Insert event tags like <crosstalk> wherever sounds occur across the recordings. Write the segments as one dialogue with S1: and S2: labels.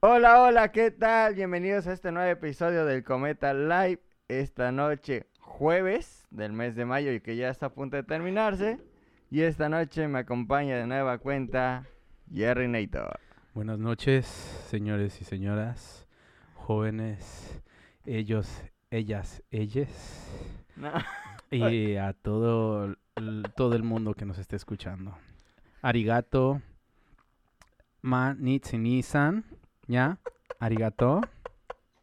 S1: Hola, hola, ¿qué tal? Bienvenidos a este nuevo episodio del Cometa Live. Esta noche, jueves del mes de mayo y que ya está a punto de terminarse. Y esta noche me acompaña de nueva cuenta Jerry Nator.
S2: Buenas noches, señores y señoras, jóvenes, ellos, ellas, ellas,
S1: No,
S2: y a todo, l- todo el mundo que nos esté escuchando. Arigato, ma san ya, arigato.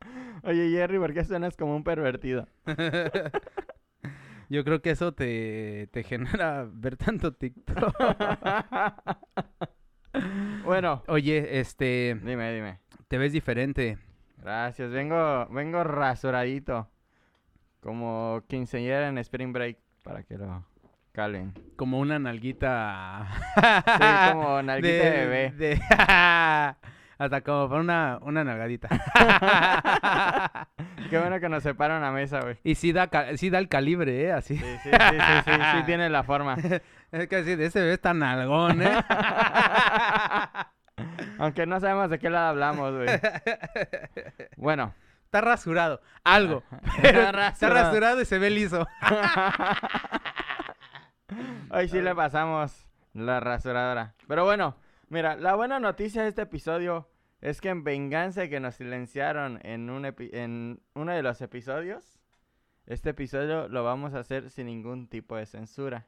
S1: <laughs> Oye, Jerry, ¿por qué suenas como un pervertido?
S2: Yo creo que eso te, te genera ver tanto TikTok.
S1: Bueno,
S2: Oye, este,
S1: dime, dime.
S2: te ves diferente.
S1: Gracias, vengo, vengo rasuradito. Como quinceañera en Spring Break, para que lo calen.
S2: Como una nalguita.
S1: Sí, como nalguita de, bebé.
S2: de- <laughs> hasta como para una, una nalgadita.
S1: Qué bueno que nos separa una mesa, güey.
S2: y sí da, ca- sí da el calibre, ¿eh? Así.
S1: Sí, sí, sí, sí, sí, sí tiene la forma.
S2: Es que así de ese bebé está
S1: <laughs>
S2: nalgón, ¿eh?
S1: Aunque no sabemos de qué lado hablamos, güey. Bueno,
S2: está rasurado. Algo. pero
S1: Está
S2: <laughs> está
S1: rasurado.
S2: rasurado y se ve liso.
S1: hoy sí le pasamos la rasuradora. Pero bueno, mira, la buena noticia de este episodio es que en venganza que nos silenciaron en, un epi- en uno de los episodios, este episodio lo vamos a hacer sin ningún tipo de censura.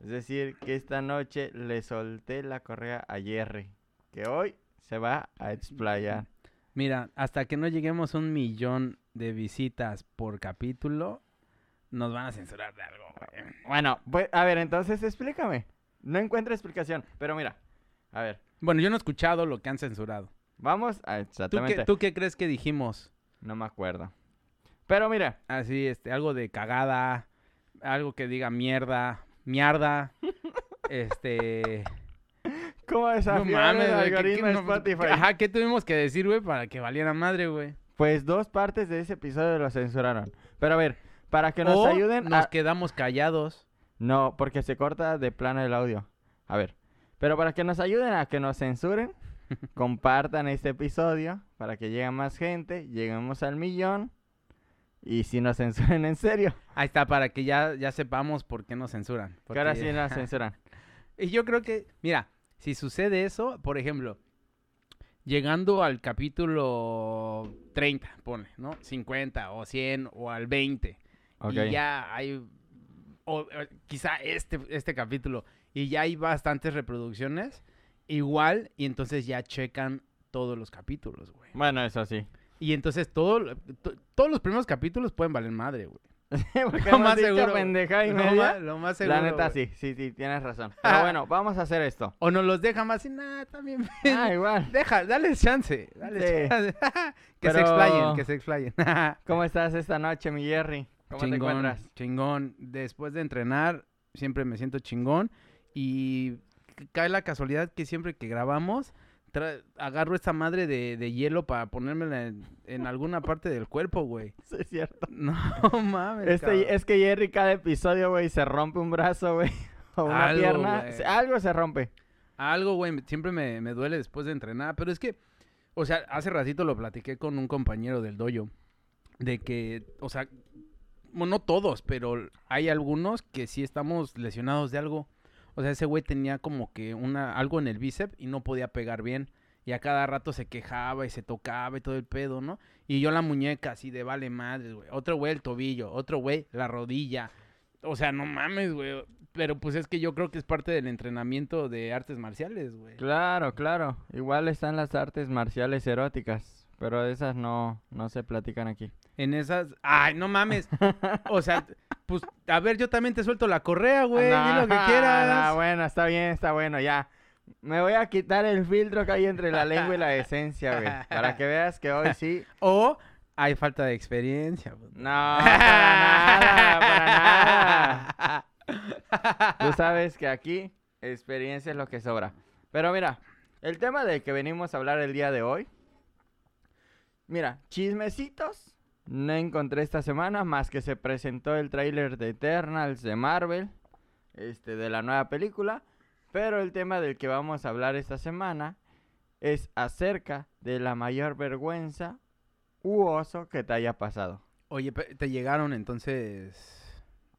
S1: Es decir, que esta noche le solté la correa a Jerry, que hoy se va a explayar.
S2: Mira, hasta que no lleguemos a un millón de visitas por capítulo, nos van a censurar de algo. güey.
S1: Bueno, pues, a ver, entonces explícame. No encuentro explicación, pero mira, a ver,
S2: Bueno, yo no he escuchado lo que han censurado.
S1: vamos a
S2: ¿Tú
S1: exactamente.
S2: qué, ¿Tú qué crees que dijimos?
S1: No me acuerdo. Pero mira,
S2: Así, este, algo de cagada, algo que diga mierda,
S1: <laughs>
S2: mierda, este...
S1: ¿cómo
S2: No
S1: desafiar
S2: mames,
S1: el
S2: güey, que- que
S1: algoritmo
S2: no-
S1: Spotify?
S2: Ajá, ¿qué tuvimos que decir, güey, para que valiera madre, güey?
S1: Pues dos partes de ese episodio lo censuraron. Pero a ver, para que nos
S2: O
S1: ayuden
S2: nos
S1: a...
S2: quedamos callados.
S1: No, porque se corta de plano el audio. A ver, pero para que nos ayuden a que nos
S2: <laughs>
S1: censuren, compartan este episodio para que llegue más gente, lleguemos al millón y si nos censuren en serio,
S2: Ahí está, para que ya, ya sepamos por qué nos censuran.
S1: que ahora
S2: porque-
S1: sí nos censuran.
S2: Y yo creo que, mira, si sucede eso, por ejemplo, llegando al capítulo 30, pone, ¿no? 50 o 100 o al 20.
S1: Ok.
S2: Y ya hay, mm, o, o quizá este, este capítulo, y ya hay bastantes reproducciones, igual, y entonces ya checan todos los capítulos, güey.
S1: Bueno, eso sí.
S2: Y entonces todo, lo- to- todos los primeros capítulos pueden valer madre, güey.
S1: <laughs> Porque
S2: Lo
S1: hemos
S2: más
S1: dicho
S2: seguro, güey.
S1: pendejada y
S2: Lo
S1: media.
S2: más- lo más seguro,
S1: La neta,
S2: güey.
S1: sí, sí, sí, tienes <laughs> razón. Pero bueno, vamos a hacer esto.
S2: O nos los dejan más y nada, también.
S1: <laughs>
S2: <laughs>
S1: Ah, igual.
S2: Deja, dale chance. Dale
S1: Sí.
S2: chance. <laughs> que
S1: Pero-
S2: se explayen, que se explayen. <laughs>
S1: ¿Cómo estás esta noche, mi Jerry? ¿Cómo te encuentras?
S2: chingón. Después de entrenar, siempre me siento chingón. Y c- cae la casualidad que siempre que grabamos, tra- agarro esta madre de, de hielo para ponérmela en, en alguna parte del cuerpo, güey. <laughs>
S1: Sí, es cierto.
S2: No mames. cabrón.
S1: Este, es que Jerry cada episodio, güey, se rompe un brazo, güey. <laughs> O una
S2: Algo,
S1: pierna.
S2: güey.
S1: Se- Algo se rompe.
S2: Algo, güey, me- siempre me, me duele después de entrenar, pero es que, o sea, hace ratito lo platiqué con un compañero del dojo, de que, o sea, bueno, no todos, pero hay algunos que sí estamos lesionados de algo. O sea, ese güey tenía como que una, algo en el bíceps y no podía pegar bien. Y a cada rato se quejaba y se tocaba y todo el pedo, ¿no? Y yo la muñeca así de vale madre, güey. Otro güey el tobillo, otro güey la rodilla. O sea, no mames, güey. Pero pues es que yo creo que es parte del entrenamiento de artes marciales, güey.
S1: Claro, claro. Igual están las artes marciales eróticas. Pero de esas no, no se platican aquí.
S2: En esas... ¡Ay, no mames!
S1: <laughs>
S2: O sea, pues, a ver, yo también te suelto la correa, güey.
S1: Ah,
S2: di lo que
S1: no,
S2: quieras.
S1: no, bueno, está bien, está bueno, ya. Me voy a quitar el filtro que hay entre la lengua y la esencia, güey. Para que veas que hoy sí.
S2: O hay falta de experiencia. pues. güey.
S1: No, para nada, para nada.
S2: <laughs>
S1: Tú sabes que aquí experiencia es lo que sobra. Pero mira, el tema del que venimos a hablar el día de hoy. Mira, chismecitos. No encontré esta semana más que se presentó el tráiler de Eternals de Marvel, este de la nueva película, pero el tema del que vamos a hablar esta semana es acerca de la mayor vergüenza u oso que te haya pasado.
S2: Oye, pe- te llegaron entonces.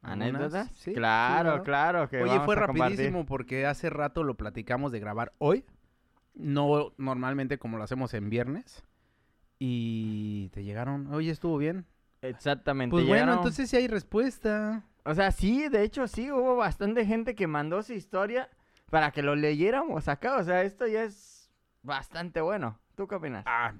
S2: algunas?
S1: ¿Anécdotas?
S2: Sí, sí,
S1: claro,
S2: ¿no?
S1: claro. Que
S2: Oye,
S1: vamos
S2: fue
S1: a compartir.
S2: rapidísimo porque hace rato lo platicamos de grabar hoy. No normalmente como lo hacemos en viernes. Y te llegaron. Oye, estuvo bien.
S1: Exactamente.
S2: Pues bueno,
S1: llegaron-
S2: entonces sí hay respuesta.
S1: O sea, sí, de hecho, sí, hubo bastante gente que mandó su historia para que lo leyéramos acá. O sea, esto ya es bastante bueno. ¿Tú qué opinas?
S2: Ah,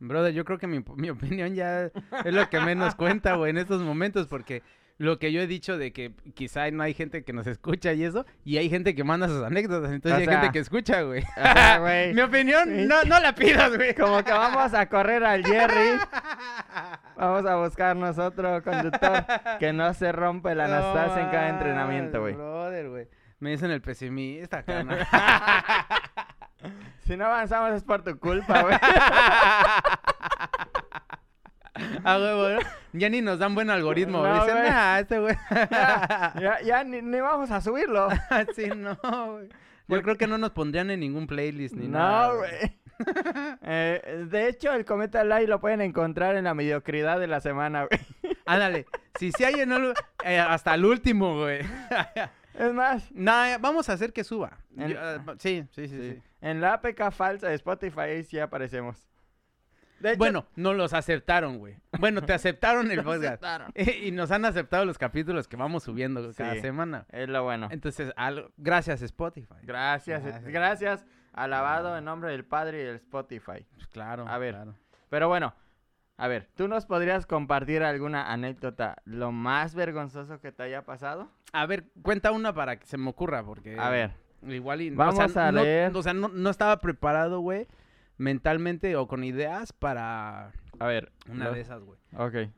S2: brother, yo creo que mi, <laughs> mi opinión ya es lo que menos cuenta, güey, en estos momentos, porque lo que yo he dicho de que quizá no hay gente que nos escucha y eso, y hay gente que manda sus anécdotas, entonces
S1: O
S2: hay
S1: sea,
S2: gente que escucha, güey.
S1: O sea, güey,
S2: <laughs> Mi opinión, no, no la pidas,
S1: <laughs>
S2: güey. <laughs>
S1: Como que vamos a correr al Jerry. Vamos a buscarnos otro conductor que no se rompe la Anastasia en cada
S2: No
S1: entrenamiento, güey.
S2: mames, brother, güey. Me dicen el pesimista, carnal. <laughs>
S1: Si no avanzamos es por tu culpa,
S2: <laughs>
S1: güey. <laughs>
S2: A huevo, ¿no? Ya ni nos dan buen algoritmo. güey.
S1: No,
S2: dicen,
S1: güey.
S2: nah, este güey. <laughs>
S1: Ya, ya ni, ni vamos a subirlo.
S2: sí, no, güey. Yo creo que no nos pondrían en ningún playlist <laughs> ni nada.
S1: No, güey.
S2: <laughs>
S1: Eh, de hecho, el Cometa Live lo pueden encontrar en la mediocridad de la semana, güey.
S2: Ándale, si se hay en el- eh, hasta el último, güey.
S1: Es más,
S2: Nah, eh, vamos a hacer que suba.
S1: En-
S2: Yo, ah, pa- sí, sí, sí, sí.
S1: en la APK falsa de Spotify ahí sí aparecemos. De hecho,
S2: Bueno, no los aceptaron, güey. Bueno, te aceptaron
S1: <laughs>
S2: el
S1: nos
S2: podcast. Eh,
S1: aceptaron.
S2: Y nos han aceptado los capítulos que vamos subiendo cada
S1: Sí.
S2: semana.
S1: Es lo bueno.
S2: Entonces, al- gracias Spotify.
S1: Gracias, eh,
S2: Gracias.
S1: gracias. Alabado en nombre del Padre y del Spotify.
S2: Pues claro.
S1: A ver.
S2: claro.
S1: Pero bueno, a ver, ¿tú nos podrías compartir alguna anécdota lo más vergonzoso que te haya pasado?
S2: A ver, cuenta una para que se me ocurra, porque...
S1: A ver,
S2: Igual y...
S1: Vamos a
S2: no-
S1: leer.
S2: o sea, no, no estaba preparado, güey, mentalmente o con ideas para
S1: a ver.
S2: una
S1: lo-
S2: de esas, güey.
S1: Ok.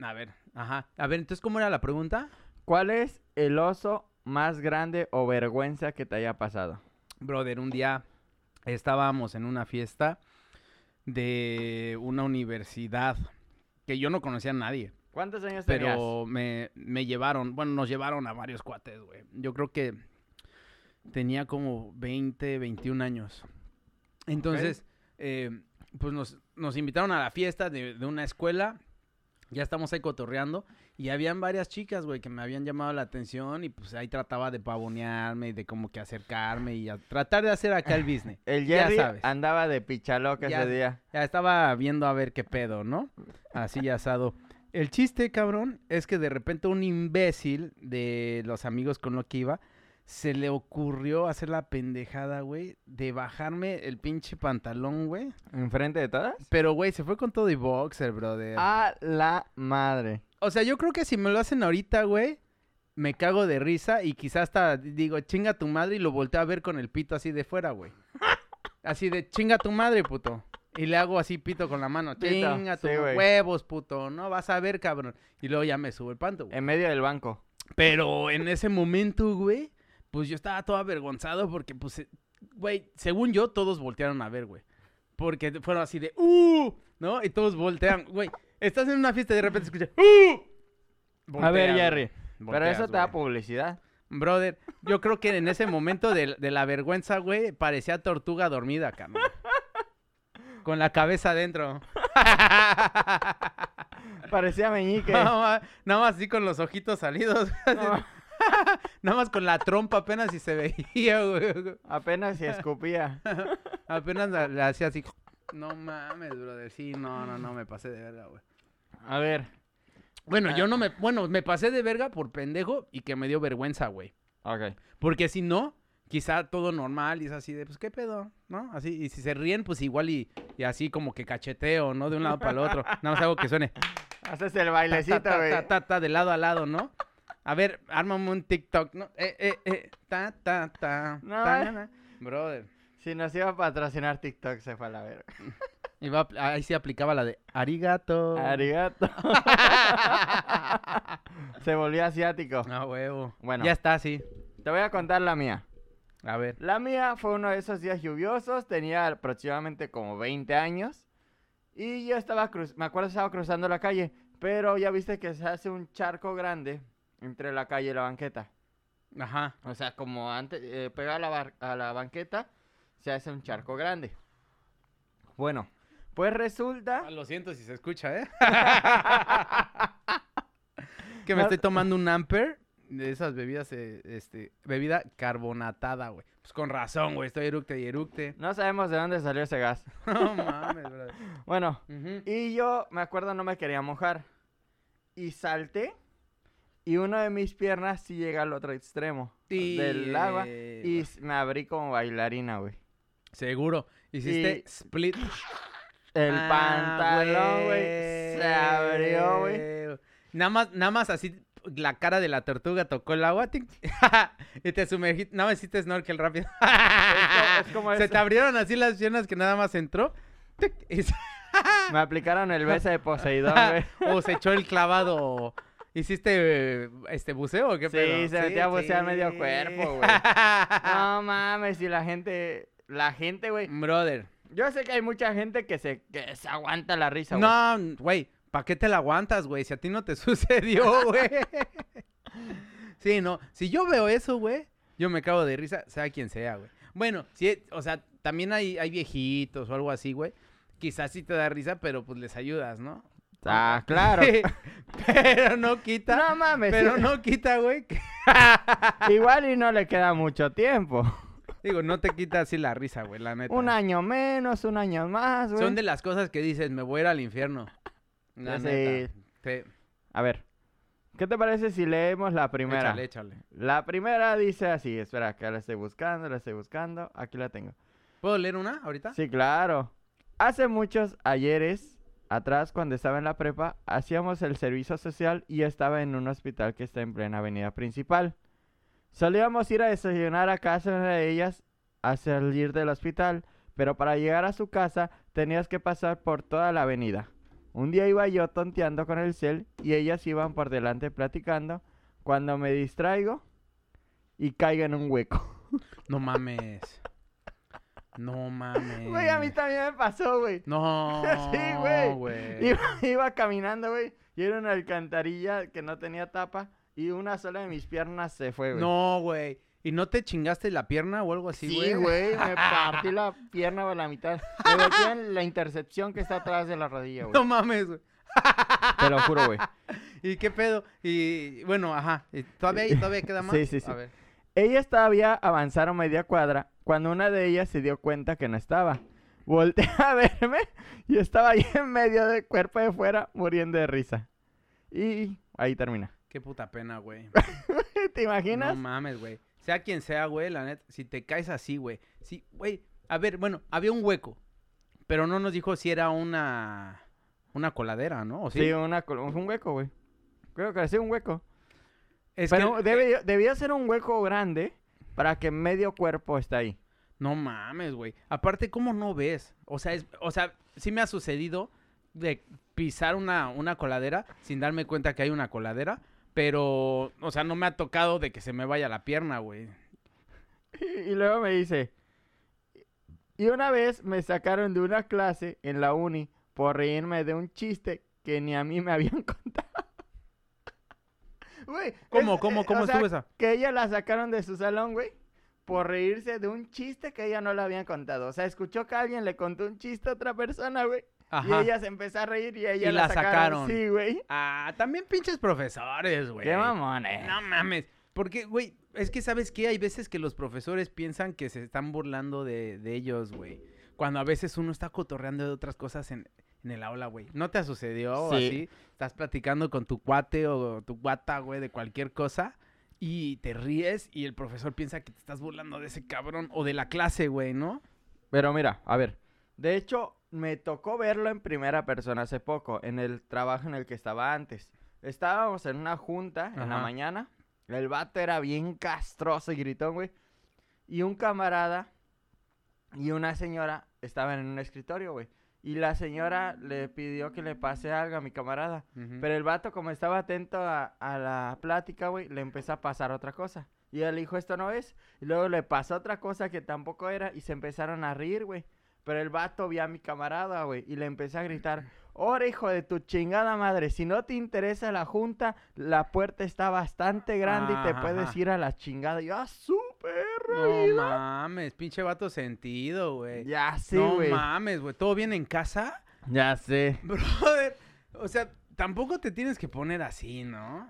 S2: A ver, ajá. A ver, entonces, ¿cómo era la pregunta?
S1: ¿Cuál es el oso más grande o vergüenza que te haya pasado?
S2: Brother, un día estábamos en una fiesta de una universidad que yo no conocía a nadie,
S1: ¿Cuántos años tenías?
S2: pero me, me llevaron, bueno, nos llevaron a varios cuates, güey. Yo creo que tenía como 20, 21 años. Entonces, eh, pues nos, nos invitaron a la fiesta de, de una escuela. Ya estamos ahí cotorreando. Y habían varias chicas, güey, que me habían llamado la atención. Y pues ahí trataba de pavonearme y de como que acercarme y a- tratar de hacer acá el business.
S1: El
S2: ya
S1: Jerry
S2: sabes.
S1: andaba de pichaloca
S2: Ya-
S1: ese día.
S2: Ya estaba viendo a ver qué pedo, ¿no? Así asado. El chiste, cabrón, es que de repente un imbécil de los amigos con lo que iba se le ocurrió hacer la pendejada, güey, de bajarme el pinche pantalón, güey.
S1: ¿Enfrente de todas?
S2: Pero, güey, se fue con todo y boxer, brother.
S1: A la madre.
S2: O sea, yo creo que si me lo hacen ahorita, güey, me cago de risa y quizás hasta digo, chinga tu madre y lo volteo a ver con el pito así de fuera, güey. Así de, chinga tu madre, puto. Y le hago así pito con la mano,
S1: Pito,
S2: chinga tus
S1: sí, güey.
S2: huevos, puto, no vas a ver, cabrón. Y luego ya me subo el panto, güey.
S1: En medio del banco.
S2: Pero en ese momento, güey, pues yo estaba todo avergonzado porque, pues, eh, güey, según yo, todos voltearon a ver, güey. Porque de- fueron así de, ¡uh! ¿No? Y todos voltean, güey. Estás en una fiesta y de repente se escucha, ¡uh!
S1: a
S2: Volteas,
S1: ver,
S2: güey.
S1: Jerry. pero
S2: Volteas,
S1: eso te da
S2: güey.
S1: publicidad.
S2: Brother, yo creo que en ese momento de, de la vergüenza, güey, parecía tortuga dormida, cabrón. Con la cabeza adentro.
S1: <laughs> Parecía meñique. <laughs>
S2: <laughs> Nada más, nada más así con los ojitos salidos.
S1: No,
S2: Nada más con la trompa apenas y se veía, güey.
S1: apenas se escupía.
S2: Apenas la- le hacía así. No mames, brother. Sí, no, no, no, me pasé de verga, güey.
S1: A ver.
S2: Bueno,
S1: Ah.
S2: yo no me. Bueno, me pasé de verga por pendejo y que me dio vergüenza, güey.
S1: Ok.
S2: Porque si no, quizá todo normal y es así de, pues, ¿qué pedo? ¿No? Así. Y si se ríen, pues igual y, y así como que cacheteo, ¿no? De un lado para
S1: <laughs>
S2: el otro. Nada más algo que suene. ta,
S1: Haces el
S2: ta,
S1: bailecito,
S2: ta,
S1: güey.
S2: ta, ta, ta, de lado a lado, ¿no? A ver, ármame un TikTok, ¿no? Eh, eh, eh. Ta, ta, ta.
S1: No,
S2: ta,
S1: eh.
S2: na, na. Brother.
S1: Si nos iba a patrocinar TikTok, se fue a la verga.
S2: Y va- ahí sí aplicaba la de
S1: Oh. <laughs>
S2: arigato.
S1: Arigato. se volvió asiático.
S2: Ah, huevo.
S1: Bueno.
S2: Bueno. Ya está, sí.
S1: Te voy a contar la mía.
S2: A ver.
S1: La mía fue uno de esos días lluviosos, tenía aproximadamente como 20 años. Y yo estaba, cruz me acuerdo estaba cruzando la calle, pero ya viste que se hace un charco grande entre la calle y la banqueta.
S2: Ajá.
S1: O sea, como antes, eh, pegada a la, bar- a la banqueta, se hace un charco grande. Bueno, pues resulta...
S2: Ah, Lo siento si se escucha, ¿eh? <laughs> que me estoy tomando un amper de esas bebidas, eh, este, bebida carbonatada, güey. Pues con razón, güey, estoy eructe y eructe. <laughs>
S1: No sabemos de dónde salió ese gas.
S2: No mames, brother.
S1: Bueno,
S2: Ujú.
S1: Y yo, me acuerdo, no me quería mojar. Y salté. Y una de mis piernas sí llega al otro extremo
S2: Sí,
S1: del agua.
S2: eh,
S1: Y
S2: güey.
S1: s- me abrí como bailarina, güey.
S2: Seguro. Hiciste
S1: Y-
S2: split.
S1: El
S2: Ah,
S1: pantalón, güey, se abrió,
S2: <laughs>
S1: güey.
S2: güey. Nada más, nada más así la cara de la tortuga tocó el agua. tic, <laughs> y te sumergiste. Nada más hiciste snorkel rápido. <laughs>
S1: Es co- es como
S2: se
S1: eso.
S2: te abrieron así las piernas que nada más entró. tic, y se-
S1: Me aplicaron el beso de
S2: <laughs>
S1: Poseidón, güey.
S2: o se echó el clavado. ¿Hiciste eh, este buceo o qué
S1: Sí,
S2: pedo?
S1: se metía a bucear medio
S2: <laughs>
S1: cuerpo, güey. No mames, y la gente, la gente, güey.
S2: Mm. Brother.
S1: Yo sé que hay mucha gente que se, que se aguanta la risa, güey.
S2: No, güey, ¿para qué te la aguantas, güey? Si a ti no te <laughs> sucedió, güey. sí, no, si yo veo eso, güey, yo me cago de risa, sea quien sea, güey. Bueno, sí, o sea, también hay, hay viejitos o algo así, güey. Quizás sí te da risa, pero pues les ayudas, ¿no?
S1: Ah, claro.
S2: <laughs> pero no quita.
S1: No mames.
S2: pero <laughs> no quita, güey. que-
S1: Igual y no le queda mucho tiempo.
S2: Digo, no te quita así la risa, güey, la neta.
S1: Un año menos, un año más, güey.
S2: Son de las cosas que dices, me voy a ir al infierno. La
S1: Ya sé.
S2: neta. Sí,
S1: A ver, ¿qué te parece si leemos la primera?
S2: échale, échale.
S1: La primera dice así, espera, acá la estoy buscando, la estoy buscando, aquí la tengo.
S2: ¿Puedo leer una ahorita?
S1: Sí, claro. Hace muchos ayeres atrás, cuando estaba en la prepa, hacíamos el servicio social y yo estaba en un hospital que está en plena avenida principal. Solíamos ir a desayunar a casa de una de ellas a salir del hospital, pero para llegar a su casa tenías que pasar por toda la avenida. Un día iba yo tonteando con el cel y ellas iban por delante platicando cuando me distraigo y caigo en un hueco. <laughs>
S2: No mames. No mames.
S1: Güey, a mí también me pasó, güey.
S2: No,
S1: <laughs> Sí, güey.
S2: güey.
S1: <laughs> Iba, iba caminando, güey, y era una alcantarilla que no tenía tapa y una sola de mis piernas se fue, güey.
S2: No, güey. ¿Y no te chingaste la pierna o algo así, güey?
S1: Sí, güey, me partí la pierna por la mitad. Me golpeé en la intercepción que está atrás de la rodilla, güey.
S2: <laughs> No mames, güey.
S1: Te lo juro, güey.
S2: ¿Y qué pedo? Y bueno, ajá. ¿Y ¿Todavía, hay- todavía queda más?
S1: Sí, sí, sí.
S2: A ver.
S1: Ellas todavía avanzaron media cuadra cuando una de ellas se dio cuenta que no estaba. Volté a verme y estaba ahí en medio del cuerpo de fuera muriendo de risa. Y ahí termina.
S2: Qué puta pena, güey.
S1: ¿Te imaginas?
S2: No mames, güey. Sea quien sea, güey, la neta. Si te caes así, güey. Sí, güey. A ver, bueno, había un hueco. Pero no nos dijo si era una. Una coladera, ¿no? ¿O sí?
S1: sí, una col- un hueco, güey. Creo que sí, un hueco.
S2: Es
S1: Pero
S2: que-
S1: debe- debía ser un hueco grande para que medio cuerpo esté ahí.
S2: No mames, güey. Aparte, ¿cómo no ves? O sea, es, o sea, sí me ha sucedido de pisar una, una coladera sin darme cuenta que hay una coladera, pero, o sea, no me ha tocado de que se me vaya la pierna, güey.
S1: <laughs> Y luego me dice, y una vez me sacaron de una clase en la uni por reírme de un chiste que ni a mí me <laughs> habían contado. Güey,
S2: ¿Cómo,
S1: es-
S2: cómo,
S1: eh,
S2: cómo
S1: o sea,
S2: estuvo esa?
S1: Que ella la sacaron de su salón, güey, por reírse de un chiste que ella no le habían contado. O sea, escuchó que alguien le contó un chiste a otra persona, güey. Y
S2: Ajá.
S1: ella se empezó a reír y ella
S2: Y
S1: la,
S2: la
S1: sacaron.
S2: sacaron.
S1: Sí, güey.
S2: Ah, también pinches profesores, güey.
S1: Qué eh. mamones.
S2: No mames. Porque, güey, es que, ¿sabes qué? Hay veces que los profesores piensan que se están burlando de, de ellos, güey. Cuando a veces uno está cotorreando de otras cosas en, en el aula, güey. ¿No te sucedió
S1: Sí.
S2: así? Estás platicando con tu cuate o tu guata, güey, de cualquier cosa. Y te ríes y el profesor piensa que te estás burlando de ese cabrón o de la clase, güey, ¿no?
S1: Pero mira, a ver. De hecho, me tocó verlo en primera persona hace poco, en el trabajo en el que estaba antes. Estábamos en una junta en la
S2: Ajá.
S1: mañana. El vato era bien castroso y gritón, güey. Y un camarada y una señora estaban en un escritorio, güey. Y la señora le pidió que le pase algo a mi camarada. Pero el vato, como estaba atento a, a la plática, güey, le empezó a pasar otra cosa. Y él dijo, esto no es. Y luego le pasó otra cosa que tampoco era. Y se empezaron a reír, güey. Pero el vato vio a mi camarada, güey. Y le empecé a gritar, ora hijo de tu chingada madre. Si no te interesa la junta, la puerta está bastante grande y te
S2: Ajá,
S1: puedes
S2: ajá.
S1: ir a la chingada. Y yo, ¡ah, su perra
S2: No
S1: vida.
S2: mames, pinche vato sentido, güey.
S1: Ya sé,
S2: no
S1: güey.
S2: mames, güey. ¿Todo bien en casa?
S1: ya sé.
S2: <laughs> Brother, o sea, tampoco te tienes que poner así, ¿no?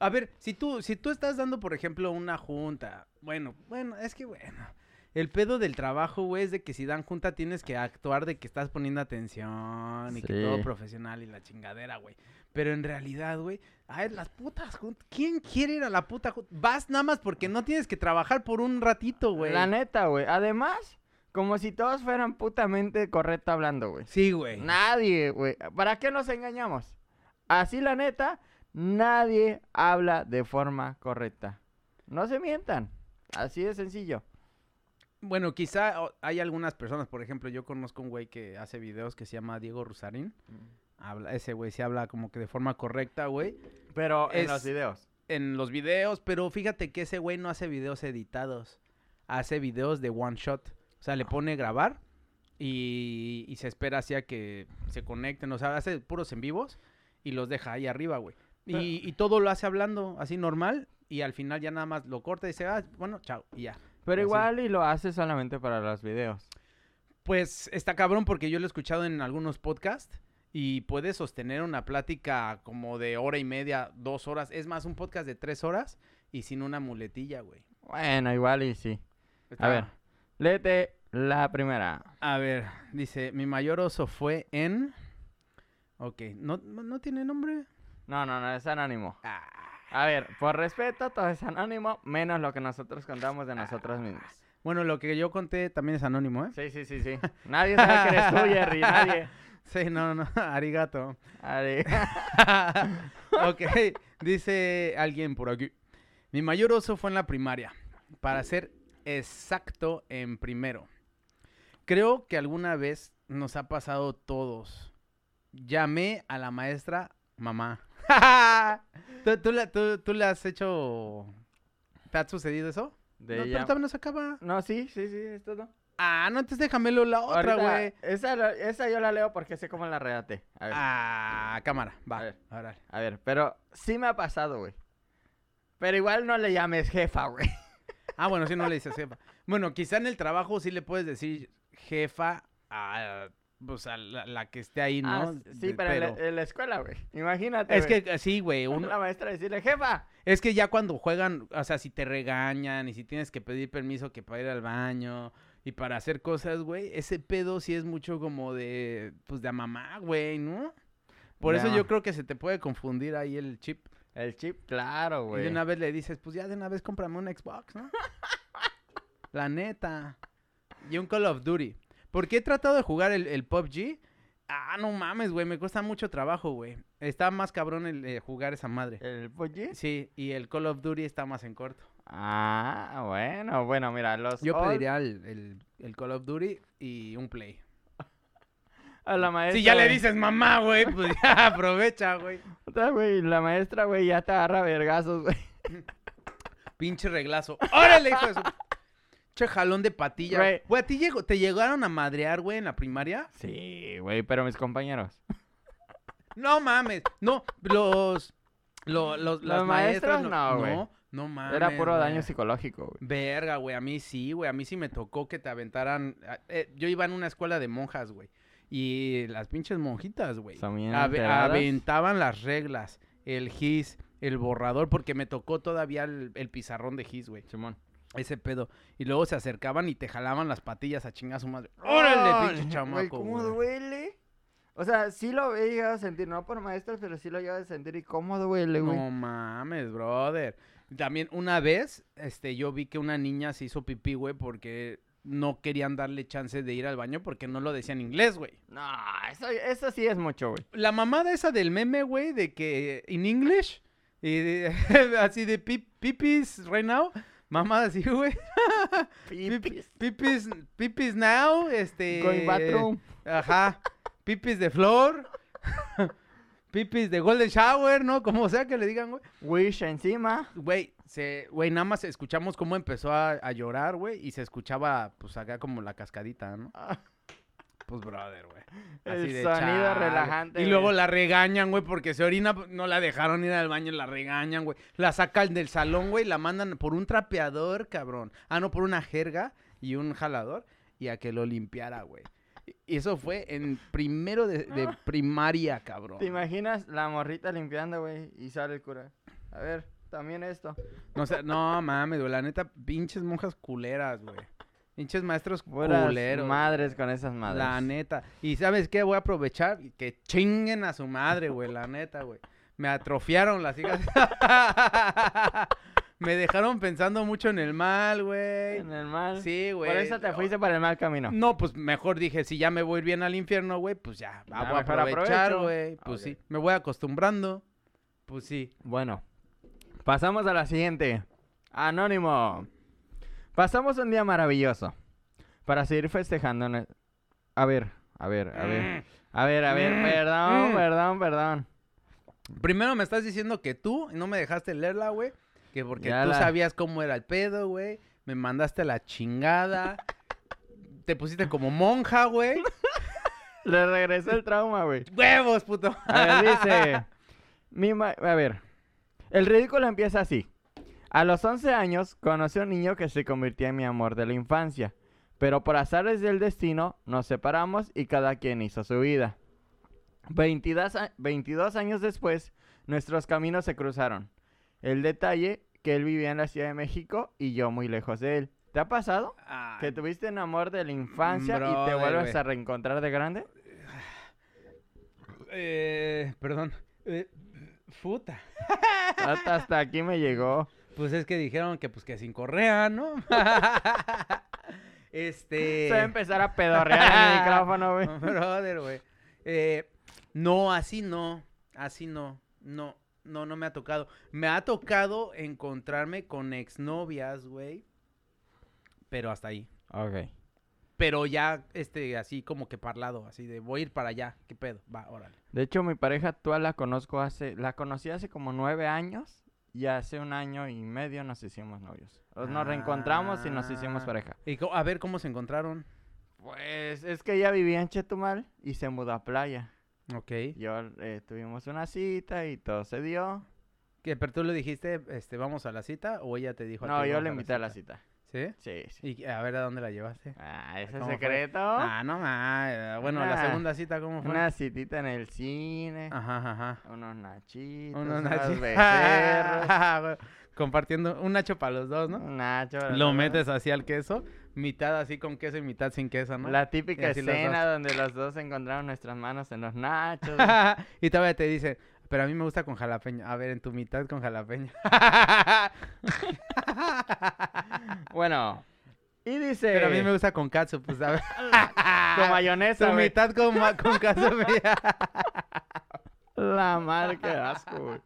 S2: A ver, si tú, si tú estás dando, por ejemplo, una junta, bueno, bueno, es que bueno. El pedo del trabajo, güey, es de que si dan junta tienes que actuar de que estás poniendo atención y que todo
S1: Sí.
S2: profesional y la chingadera, güey. Pero en realidad, güey, ay, las putas juntas. ¿Quién quiere ir a la puta junta? Vas nada más porque no tienes que trabajar por un ratito, güey.
S1: La neta, güey. Además, como si todos fueran putamente correcto hablando, güey.
S2: Sí, güey.
S1: Nadie, güey. ¿Para qué nos engañamos? Así la neta, nadie habla de forma correcta. No se mientan. Así de sencillo.
S2: Bueno, quizá o- hay algunas personas, por ejemplo, yo conozco un güey que hace videos que se llama Diego Rusarín. Habla, ese güey se habla como que de forma correcta, güey,
S1: Pero en
S2: Es-
S1: los videos.
S2: en los videos, pero fíjate que ese güey no hace videos editados, hace videos de one shot. O sea, le pone grabar y, y se espera hacia que se conecten, o sea, hace puros en vivos y los deja ahí arriba, güey. Y,
S1: Pero-
S2: y todo lo hace hablando así normal y al final ya nada más lo corta y dice, ah, bueno, chao, y ya.
S1: Pero
S2: Así.
S1: igual y lo hace solamente para los videos.
S2: Pues está cabrón porque yo lo he escuchado en algunos podcasts y puede sostener una plática como de hora y media, dos horas, es más, un podcast de tres horas y sin una muletilla, güey.
S1: Bueno, igual y sí. A
S2: Está-
S1: ver, léete la primera.
S2: A ver, dice, mi mayor oso fue en... Ok, ¿no, no no tiene nombre?
S1: No, no, no, es anónimo.
S2: Ah.
S1: A ver, por respeto, todo es anónimo, menos lo que nosotros contamos de nosotros mismos.
S2: Bueno, lo que yo conté también es anónimo, ¿eh?
S1: Sí, sí, sí, sí. Nadie sabe que eres tú, Jerry, <laughs> nadie.
S2: Sí, no, no, <laughs> arigato.
S1: Ari-
S2: ok, <laughs> dice alguien por aquí. Mi mayor oso fue en la primaria, para ser exacto en primero. Creo que alguna vez nos ha pasado todos. Llamé a la maestra mamá. <laughs> ¿Tú, tú la- tú- tú le has hecho... ¿Te ha sucedido eso?
S1: De
S2: no,
S1: ella-
S2: pero también nos acaba.
S1: No, sí, sí, sí, es todo.
S2: Ah, no, entonces déjamelo la otra,
S1: Ahorita,
S2: güey.
S1: Esa, la- esa yo la leo porque sé cómo la redate. A ver,
S2: Ah, cámara, va.
S1: A ver.
S2: órale.
S1: a ver, pero sí me ha pasado, güey. Pero igual no le llames jefa, güey.
S2: Ah, bueno, si no le dices jefa. Bueno, quizá en el trabajo sí le puedes decir jefa a, pues, a la, la que esté ahí, ¿no?
S1: Ah, sí,
S2: De-
S1: pero, en la- En, la escuela, güey. Imagínate.
S2: Es
S1: güey.
S2: que sí,
S1: <laughs>
S2: güey. uno-
S1: una maestra decirle, jefa.
S2: Es que ya cuando juegan, o sea, si te regañan y si tienes que pedir permiso que para ir al baño y para hacer cosas, güey, ese pedo sí es mucho como de, pues, de a mamá, güey, ¿no? Por
S1: Ya.
S2: eso yo creo que se te puede confundir ahí el chip.
S1: El chip, claro,
S2: Y
S1: güey.
S2: de una vez le dices, pues ya de una vez cómprame un
S1: <laughs>
S2: Xbox, ¿no? La neta. Y un Call of Duty. Porque he tratado de jugar el, el PUBG. Ah, no mames, güey. Me cuesta mucho trabajo, güey. Está más cabrón el eh, jugar esa madre.
S1: ¿El Puggy?
S2: Sí, y el Call of Duty está más en corto.
S1: Ah, bueno, bueno, mira, los
S2: Yo
S1: old-
S2: pediría el, el- el Call of Duty y un Play.
S1: a la maestra.
S2: Si ya le
S1: güey.
S2: dices mamá, güey, pues <laughs> ya aprovecha, güey.
S1: Puta, güey, la maestra, güey, ya te agarra a vergazos, güey.
S2: Pinche reglazo. ¡Órale, hijo de su... Che, jalón de patilla.
S1: Güey.
S2: Güey, ¿a ti llegó- te llegaron a madrear, güey, en la primaria?
S1: Sí, güey, pero mis compañeros.
S2: No mames. No, los. lo-
S1: Los
S2: los las maestras
S1: maestros no, güey.
S2: No, no mames.
S1: Era puro
S2: güey.
S1: daño psicológico, güey.
S2: Verga, güey. A mí sí, güey. A mí sí me tocó que te aventaran. a- eh, yo iba en una escuela de monjas, güey. Y las pinches monjitas, güey.
S1: Son bien
S2: ave-
S1: alteradas.
S2: aventaban las reglas, el gis, el borrador, porque me tocó todavía el, el pizarrón de gis, güey.
S1: Simón.
S2: Ese pedo. Y luego se acercaban y te jalaban las patillas a chingar a su madre. ¡Órale, pinche
S1: Güey,
S2: chamaco!
S1: ¿Cómo
S2: güey!
S1: duele? O sea, sí lo he llegado a sentir, no por maestros, pero sí lo he llegado a sentir. ¿Y cómo duele, güey?
S2: No mames, brother. También una vez, este, yo vi que una niña se hizo pipí, güey, porque no querían darle chance de ir al baño porque no lo decían inglés, güey.
S1: No, eso, eso sí es mucho, güey.
S2: La mamada esa del meme, güey, de que in English, y de- <laughs> así de pip, pipis right now, mamada así, güey. Pip- Pipis, pipis now, este.
S1: Going bathroom.
S2: Ajá. Pipis de flor. <laughs> Pipis de golden shower, ¿no? Como sea que le digan, güey.
S1: Wish encima.
S2: Güey, se, güey, nada más escuchamos cómo empezó a, a llorar, güey, y se escuchaba, pues, acá como la cascadita, ¿no? Pues, brother, güey.
S1: Ah. El
S2: Así de,
S1: sonido
S2: "Chale".
S1: relajante.
S2: Y luego
S1: güey.
S2: la regañan, güey, porque se orina, no la dejaron ir al baño, la regañan, güey. La sacan del salón, güey, la mandan por un trapeador, cabrón. Ah, no, por una jerga y un jalador y a que lo limpiara, güey. Y eso fue en primero
S1: <laughs>
S2: de, de primaria, cabrón.
S1: ¿Te imaginas la morrita limpiando, güey? Y sale el cura. A ver, también esto.
S2: No, sé, no mames, güey, la neta, pinches monjas culeras, güey. Pinches maestros
S1: Buenas
S2: culeros.
S1: madres con esas madres.
S2: La neta. Y ¿sabes qué? Voy a aprovechar y que chinguen a su madre, güey, la neta, güey. Me atrofiaron las hijas. <laughs> Me dejaron pensando mucho en el mal, güey.
S1: En el mal.
S2: Sí, güey.
S1: Por eso te fuiste para el mal camino.
S2: No, pues mejor dije, si ya me voy a ir bien al infierno, güey, pues ya,
S1: Ya,
S2: voy a
S1: mejor aprovecho.
S2: aprovechar,
S1: Ah,
S2: güey. Pues
S1: Ok.
S2: sí, me voy acostumbrando. Pues sí.
S1: Bueno, pasamos a la siguiente. Anónimo. Pasamos un día maravilloso. Para seguir festejando. nue- A ver, a ver, a ver. A ver, a ver.
S2: Mm.
S1: Perdón,
S2: Mm.
S1: perdón, perdón.
S2: Primero me estás diciendo que tú no me dejaste leerla, güey. Que porque
S1: Ya
S2: tú
S1: la-
S2: sabías cómo era el pedo, güey. Me mandaste a la chingada. Te pusiste como
S1: <laughs>
S2: monja, güey.
S1: Le regresó el trauma, güey.
S2: ¡Huevos, puto!
S1: A ver, dice. mi ma- A ver. El ridículo empieza así. A los 11 años conocí a un niño que se convirtió en mi amor de la infancia. Pero por azares del destino nos separamos y cada quien hizo su vida. 22, a- 22 años después, nuestros caminos se cruzaron. El detalle que él vivía en la Ciudad de México y yo muy lejos de él. ¿Te ha pasado?
S2: Ay,
S1: Que tuviste un amor de la infancia y te
S2: brother,
S1: vuelves
S2: güey.
S1: a reencontrar de grande.
S2: eh, perdón. Eh, puta.
S1: Hasta- hasta aquí me llegó.
S2: Pues es que dijeron que pues que sin correa, ¿no? <laughs> este.
S1: Se va a empezar a <laughs> pedorrear en el micrófono, güey.
S2: No, <laughs> Brother, güey. Eh, no, así no. Así no. No, no, no me ha tocado. Me ha tocado encontrarme con exnovias, güey. Pero hasta ahí.
S1: Ok.
S2: Pero ya, este, así como que parlado, así de voy a ir para allá. ¿Qué pedo? Va, órale.
S1: De hecho, mi pareja actual la conozco hace... La conocí hace como nueve años. Y hace un año y medio nos hicimos novios. O Nos reencontramos y nos hicimos
S2: Ah.
S1: pareja.
S2: Y co- a ver cómo se encontraron.
S1: Pues es que ella vivía en Chetumal y se mudó a Playa.
S2: Ok.
S1: Yo eh, tuvimos una cita y todo se dio.
S2: ¿Qué, pero tú le dijiste, este, vamos a la cita o ella te dijo?
S1: No,
S2: ti,
S1: yo
S2: vamos
S1: le invité a la cita.
S2: ¿Sí?
S1: Sí, sí.
S2: Y a ver, ¿a dónde la llevaste?
S1: Ah, ese
S2: ¿Cómo fue?
S1: secreto.
S2: Ah, no más. Bueno, la
S1: Una-
S2: segunda cita, ¿cómo fue?
S1: Una citita en el cine.
S2: Ajá, ajá.
S1: Unos nachitos.
S2: Unos
S1: Ah. unos
S2: nachos.
S1: <laughs> becerros. <laughs>
S2: Compartiendo un nacho para los dos, ¿no?
S1: un nacho,
S2: Lo
S1: ¿verdad?
S2: metes así al queso, mitad así con queso y mitad sin queso, ¿no?
S1: La típica
S2: así los
S1: escena donde los dos encontraron nuestras manos en los
S2: <laughs>
S1: nachos.
S2: <laughs> y todavía te dice, pero a mí me gusta con jalapeño. A ver, en tu mitad con jalapeño.
S1: bueno, y dice...
S2: pero a mí me gusta con katsu, pues a ver.
S1: <laughs> Con
S2: "Ah, Tu
S1: mayonesa, güey.
S2: mitad con, ma- con katsu. <laughs>
S1: La madre, qué asco, güey.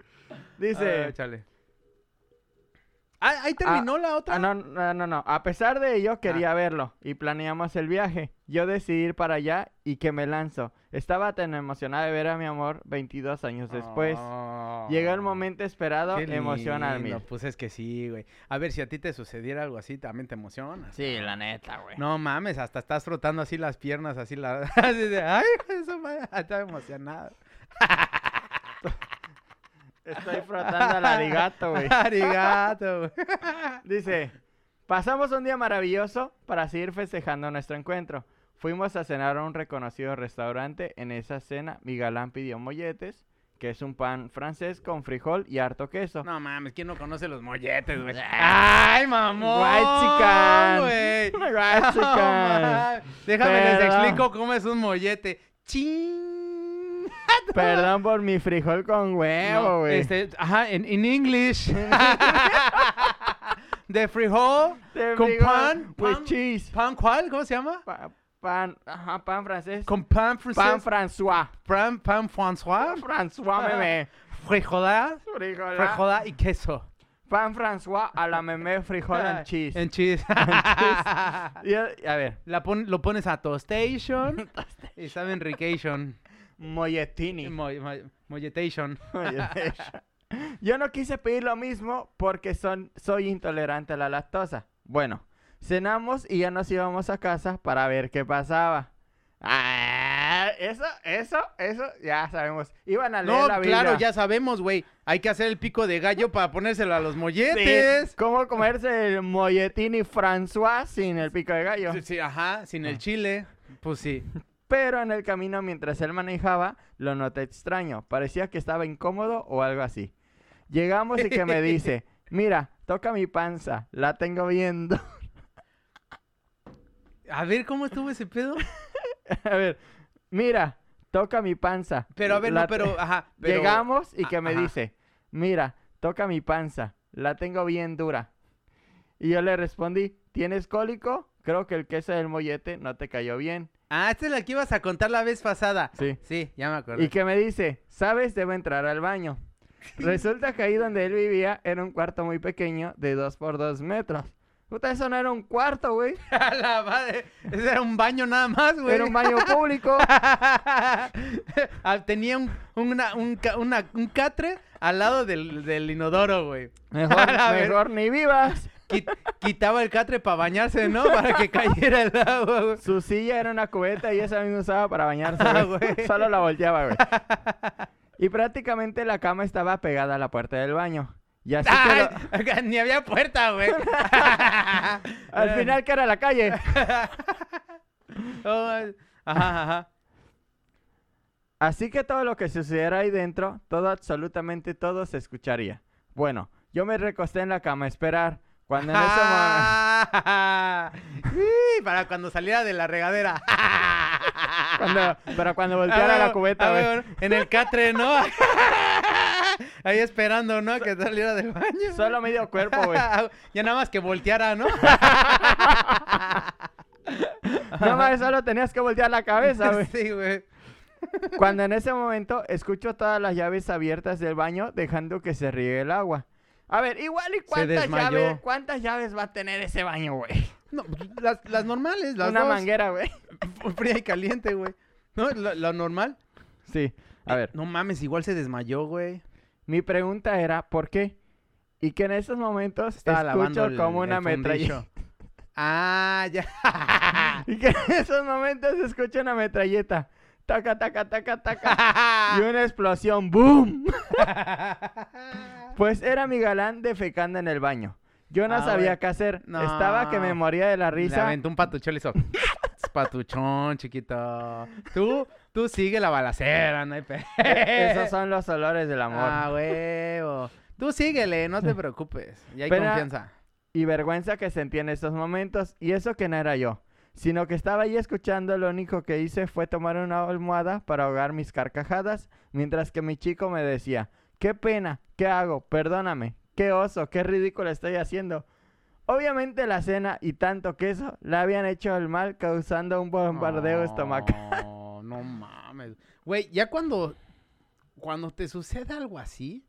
S1: Dice...
S2: chale. Ah, ahí terminó la otra.
S1: Ah, no, no, no, no. A pesar de ello,
S2: Ah.
S1: quería verlo y planeamos el viaje. Yo decidí ir para allá y que me lanzo. Estaba tan emocionada de ver a mi amor 22 años pues, después. Llegó el
S2: momento
S1: momento esperado,
S2: Oh. Qué
S1: emoción al
S2: lindo,
S1: mil.
S2: Pues es que sí, güey. A ver, si a ti te sucediera algo así, también te emocionas.
S1: Sí, la neta, güey.
S2: No mames, hasta estás frotando así las piernas, así la... <laughs> así de, ay, eso <laughs> está emocionado.
S1: Estoy frotando al
S2: <laughs>
S1: arigato, güey.
S2: Arigato, güey.
S1: Dice, pasamos un día maravilloso para seguir festejando nuestro encuentro. Fuimos a cenar a un reconocido restaurante. En esa cena, mi galán pidió molletes, que es un pan francés con frijol y harto queso. <laughs>
S2: <laughs> No mames, ¿quién no conoce los molletes, güey? ¡Ay, mamón!
S1: White
S2: güey!
S1: chicken.
S2: <laughs> No
S1: White
S2: <laughs>
S1: chicken.
S2: mames. Déjame les
S1: Perdón.
S2: explico cómo es un mollete. ¡Chin!
S1: Perdón por mi frijol con huevo,
S2: No,
S1: güey.
S2: este, ajá, en en English. <laughs> De frijol,
S1: Te
S2: con
S1: digo,
S2: pan,
S1: with
S2: pan-
S1: cheese.
S2: pan cuál, ¿cómo se llama?
S1: Pa- pan, ajá, pan francés.
S2: Con pan francés.
S1: pan François.
S2: pan,
S1: Pan
S2: pan François,
S1: François,
S2: <laughs>
S1: meme.
S2: frijolada,
S1: Frijolá.
S2: frijolada y queso.
S1: Pan François a la meme frijol
S2: <laughs>
S1: and cheese.
S2: En cheese.
S1: Y a- a ver,
S2: La pon- lo pones a
S1: <laughs>
S2: tostation y sabe enrication.
S1: Molletini.
S2: Mo- mo- Molletation.
S1: <laughs> Yo no quise pedir lo mismo porque son, soy intolerante a la lactosa. Bueno, cenamos y ya nos íbamos a casa para ver qué pasaba. Ah, eso, eso, eso, ya sabemos. Iban a leer
S2: No,
S1: la Biblia.
S2: claro, ya sabemos, güey. Hay que hacer el pico de gallo para ponérselo a los
S1: Sí,
S2: molletes.
S1: ¿Cómo comerse el molletini François sin el pico de gallo?
S2: Sí, sí, ajá, sin
S1: Ah.
S2: el chile. Pues sí.
S1: Pero en el camino, mientras él manejaba, lo noté extraño. Parecía que estaba incómodo o algo así. Llegamos y que me
S2: <laughs>
S1: dice, mira, toca mi panza, la tengo viendo. <laughs>
S2: A ver, ¿cómo estuvo ese pedo?
S1: a ver, mira, toca mi panza.
S2: Pero a ver,
S1: la
S2: no,
S1: te-
S2: pero, ajá. pero-
S1: Llegamos y que
S2: Ah,
S1: me
S2: ajá.
S1: dice, mira, toca mi panza, la tengo bien dura. Y yo le respondí, ¿tienes cólico? Creo que el queso del mollete no te cayó bien.
S2: Ah, esta es la que ibas a contar la vez pasada.
S1: Sí.
S2: Sí, ya me acuerdo.
S1: Y que me dice, ¿sabes? Debo entrar al baño. Resulta que ahí donde él vivía era un cuarto muy pequeño de 2 por 2 metros. Puta, eso no era un cuarto, güey.
S2: <laughs> A la madre. Ese era un baño nada más, <laughs> güey.
S1: Era un baño
S2: <laughs>
S1: público.
S2: Ah, Tenía un, una- un, ca- una- un catre al lado del, del inodoro, güey.
S1: Mejor,
S2: A ver.
S1: mejor ni vivas.
S2: Qui- quitaba el catre para bañarse, ¿no? Para que cayera el agua, güey.
S1: Su silla era una cubeta y esa misma usaba para bañarse.
S2: <laughs> Ah,
S1: güey.
S2: güey.
S1: Solo la volteaba,
S2: <laughs>
S1: güey. Y prácticamente la cama estaba pegada a la puerta del baño. Y así que
S2: Ay,
S1: lo-
S2: acá Ni había puerta, güey.
S1: al final que era la calle.
S2: Oh, ajá, ajá.
S1: Así que todo lo que sucediera ahí dentro, todo, absolutamente todo se escucharía. Bueno, yo me recosté en la cama a esperar. Cuando en
S2: <laughs>
S1: ese momento...
S2: Ah, <laughs> sí, para cuando saliera de la regadera.
S1: Cuando, pero cuando <laughs>
S2: Ah,
S1: volteara la
S2: bueno,
S1: cubeta,
S2: ah,
S1: güey.
S2: bueno, En el catre, ¿no? <laughs> Ahí esperando, ¿no? Que saliera del baño.
S1: Solo medio cuerpo,
S2: <laughs>
S1: güey.
S2: ya nada más que volteara, ¿no?
S1: Nada más solo tenías que voltear la cabeza, güey.
S2: <laughs> Sí, güey.
S1: Cuando en ese momento escucho todas las llaves abiertas del baño dejando que se riegue el agua. A ver, igual y cuántas
S2: desmayó.
S1: llaves, cuántas llaves va a tener ese baño, güey.
S2: No, las, las normales, las
S1: Una
S2: dos.
S1: manguera, güey.
S2: Fría y caliente, güey. No, lo, lo normal.
S1: Sí, a ver.
S2: No mames, igual se desmayó, güey.
S1: Mi pregunta era, ¿por qué? Y que en esos momentos
S2: Estaba
S1: escucho
S2: lavando el-
S1: como una
S2: el fundillo.
S1: metralleta.
S2: <laughs> Ah,
S1: <laughs>
S2: ya.
S1: Y que en esos momentos escucho una metralleta. Taca, taca, taca, <laughs> taca. y una explosión. ¡Boom! <laughs> Pues era mi galán defecando en el baño. Yo no
S2: Ah,
S1: sabía
S2: güey.
S1: qué hacer.
S2: No.
S1: Estaba que me moría de la
S2: Le
S1: risa.
S2: aventó un patuchón, le hizo. <laughs> Patuchón, chiquito. Tú, tú sigue la balacera, no hay pe...
S1: E- <laughs> Esos son los olores del amor.
S2: Ah, huevo. Tú síguele,
S1: <laughs>
S2: no te preocupes. Ya hay
S1: Pero-
S2: confianza.
S1: Y vergüenza que sentí en esos momentos. Y eso que no era yo. Sino que estaba ahí escuchando, lo único que hice fue tomar una almohada para ahogar mis carcajadas, mientras que mi chico me decía, qué pena, qué hago, perdóname, qué oso, qué ridículo estoy haciendo. Obviamente la cena y tanto queso le habían hecho el mal causando un bombardeo estomacal. <laughs>
S2: No, no mames. Güey, ya cuando, cuando te sucede algo así,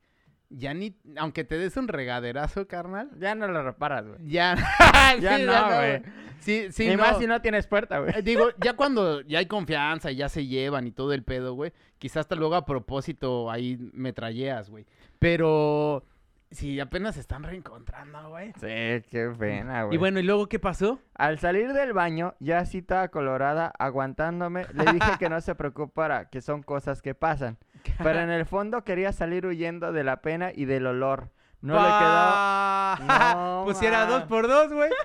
S2: ya ni, aunque te des un regaderazo, carnal,
S1: Ya no lo reparas, <laughs> güey.
S2: ya. <laughs> Sí,
S1: Ya no, güey.
S2: Sí, sí,
S1: y
S2: no.
S1: más si no tienes puerta, güey.
S2: Eh, Digo, ya cuando ya hay confianza y ya se llevan y todo el pedo, güey. Quizás hasta luego a propósito ahí metralleas, güey. Pero si apenas se están reencontrando, güey.
S1: Sí, qué pena, Ah, güey.
S2: Y bueno, ¿y luego qué pasó?
S1: Al salir del baño, ya así toda colorada, aguantándome, le dije que no se preocupara, que son cosas que pasan. Pero en el fondo quería salir huyendo de la pena y del olor. No
S2: Pa-
S1: No,
S2: <laughs> Pusiera
S1: ma.
S2: dos por dos, güey.
S1: le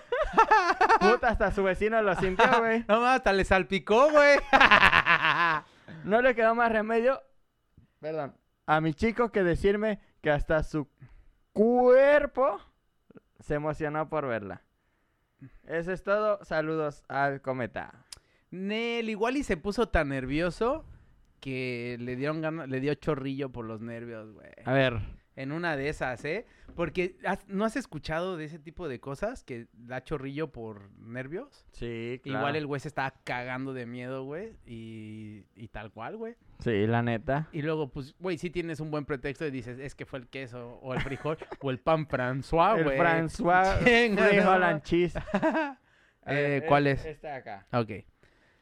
S1: quedó puta hasta su vecino lo sintió, güey.
S2: No mames, hasta le salpicó, güey. <laughs>
S1: No le quedó más remedio, perdón, a mi chico que decirme que hasta su cuerpo se emocionó por verla. Eso es todo. Saludos al cometa.
S2: Nel, igual y se puso tan nervioso que le dieron gana- le dio chorrillo por los nervios, güey.
S1: A ver.
S2: En una de esas, ¿eh? Porque has- ¿no has escuchado de ese tipo de cosas que da chorrillo por nervios?
S1: Sí,
S2: Igual el güey se estaba cagando de miedo, güey, y, y tal cual, güey.
S1: Sí, la neta.
S2: Y luego, pues, güey, sí tienes un buen pretexto y dices, es que fue el queso, o el frijol, o el pan François,
S1: el
S2: Ah, güey.
S1: François
S2: <laughs> Chinga,
S1: Free
S2: no
S1: Holland
S2: mames.
S1: Cheese. A
S2: <laughs> Eh,
S1: ver,
S2: ¿Cuál
S1: e-
S2: es?
S1: Este de acá.
S2: Ok.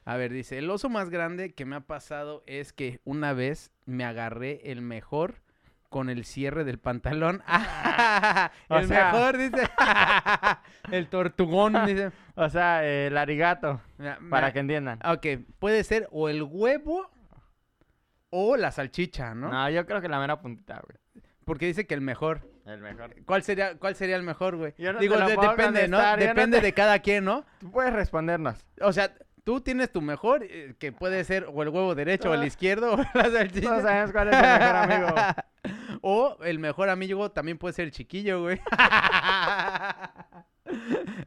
S2: A ver, dice, el oso más grande que me ha pasado es que una vez me agarré el mejor con el cierre del pantalón. <laughs>
S1: Ah. O
S2: el
S1: sea-
S2: mejor, dice. <laughs> el tortugón,
S1: <laughs>
S2: dice.
S1: O sea, el arigato,
S2: Mira,
S1: para
S2: mira,
S1: que entiendan.
S2: Ok, puede ser o el huevo o la salchicha, ¿no?
S1: ¿No? yo creo que la mera puntita, güey.
S2: Porque dice que el mejor.
S1: El mejor.
S2: ¿Cuál sería, cuál sería el mejor, güey?
S1: Yo no te
S2: Digo,
S1: lo
S2: de-
S1: puedo
S2: depende, ¿no?
S1: contestar, yo no
S2: Depende
S1: te-
S2: de cada quien, ¿no?
S1: Tú puedes
S2: <laughs>
S1: respondernos.
S2: O sea, tú tienes tu mejor, eh, que puede ser o el huevo derecho o el
S1: Todos-
S2: izquierdo o <laughs> la salchicha.
S1: Todos sabemos cuál es el mejor amigo.
S2: O el mejor amigo también puede ser el chiquillo, güey. <laughs>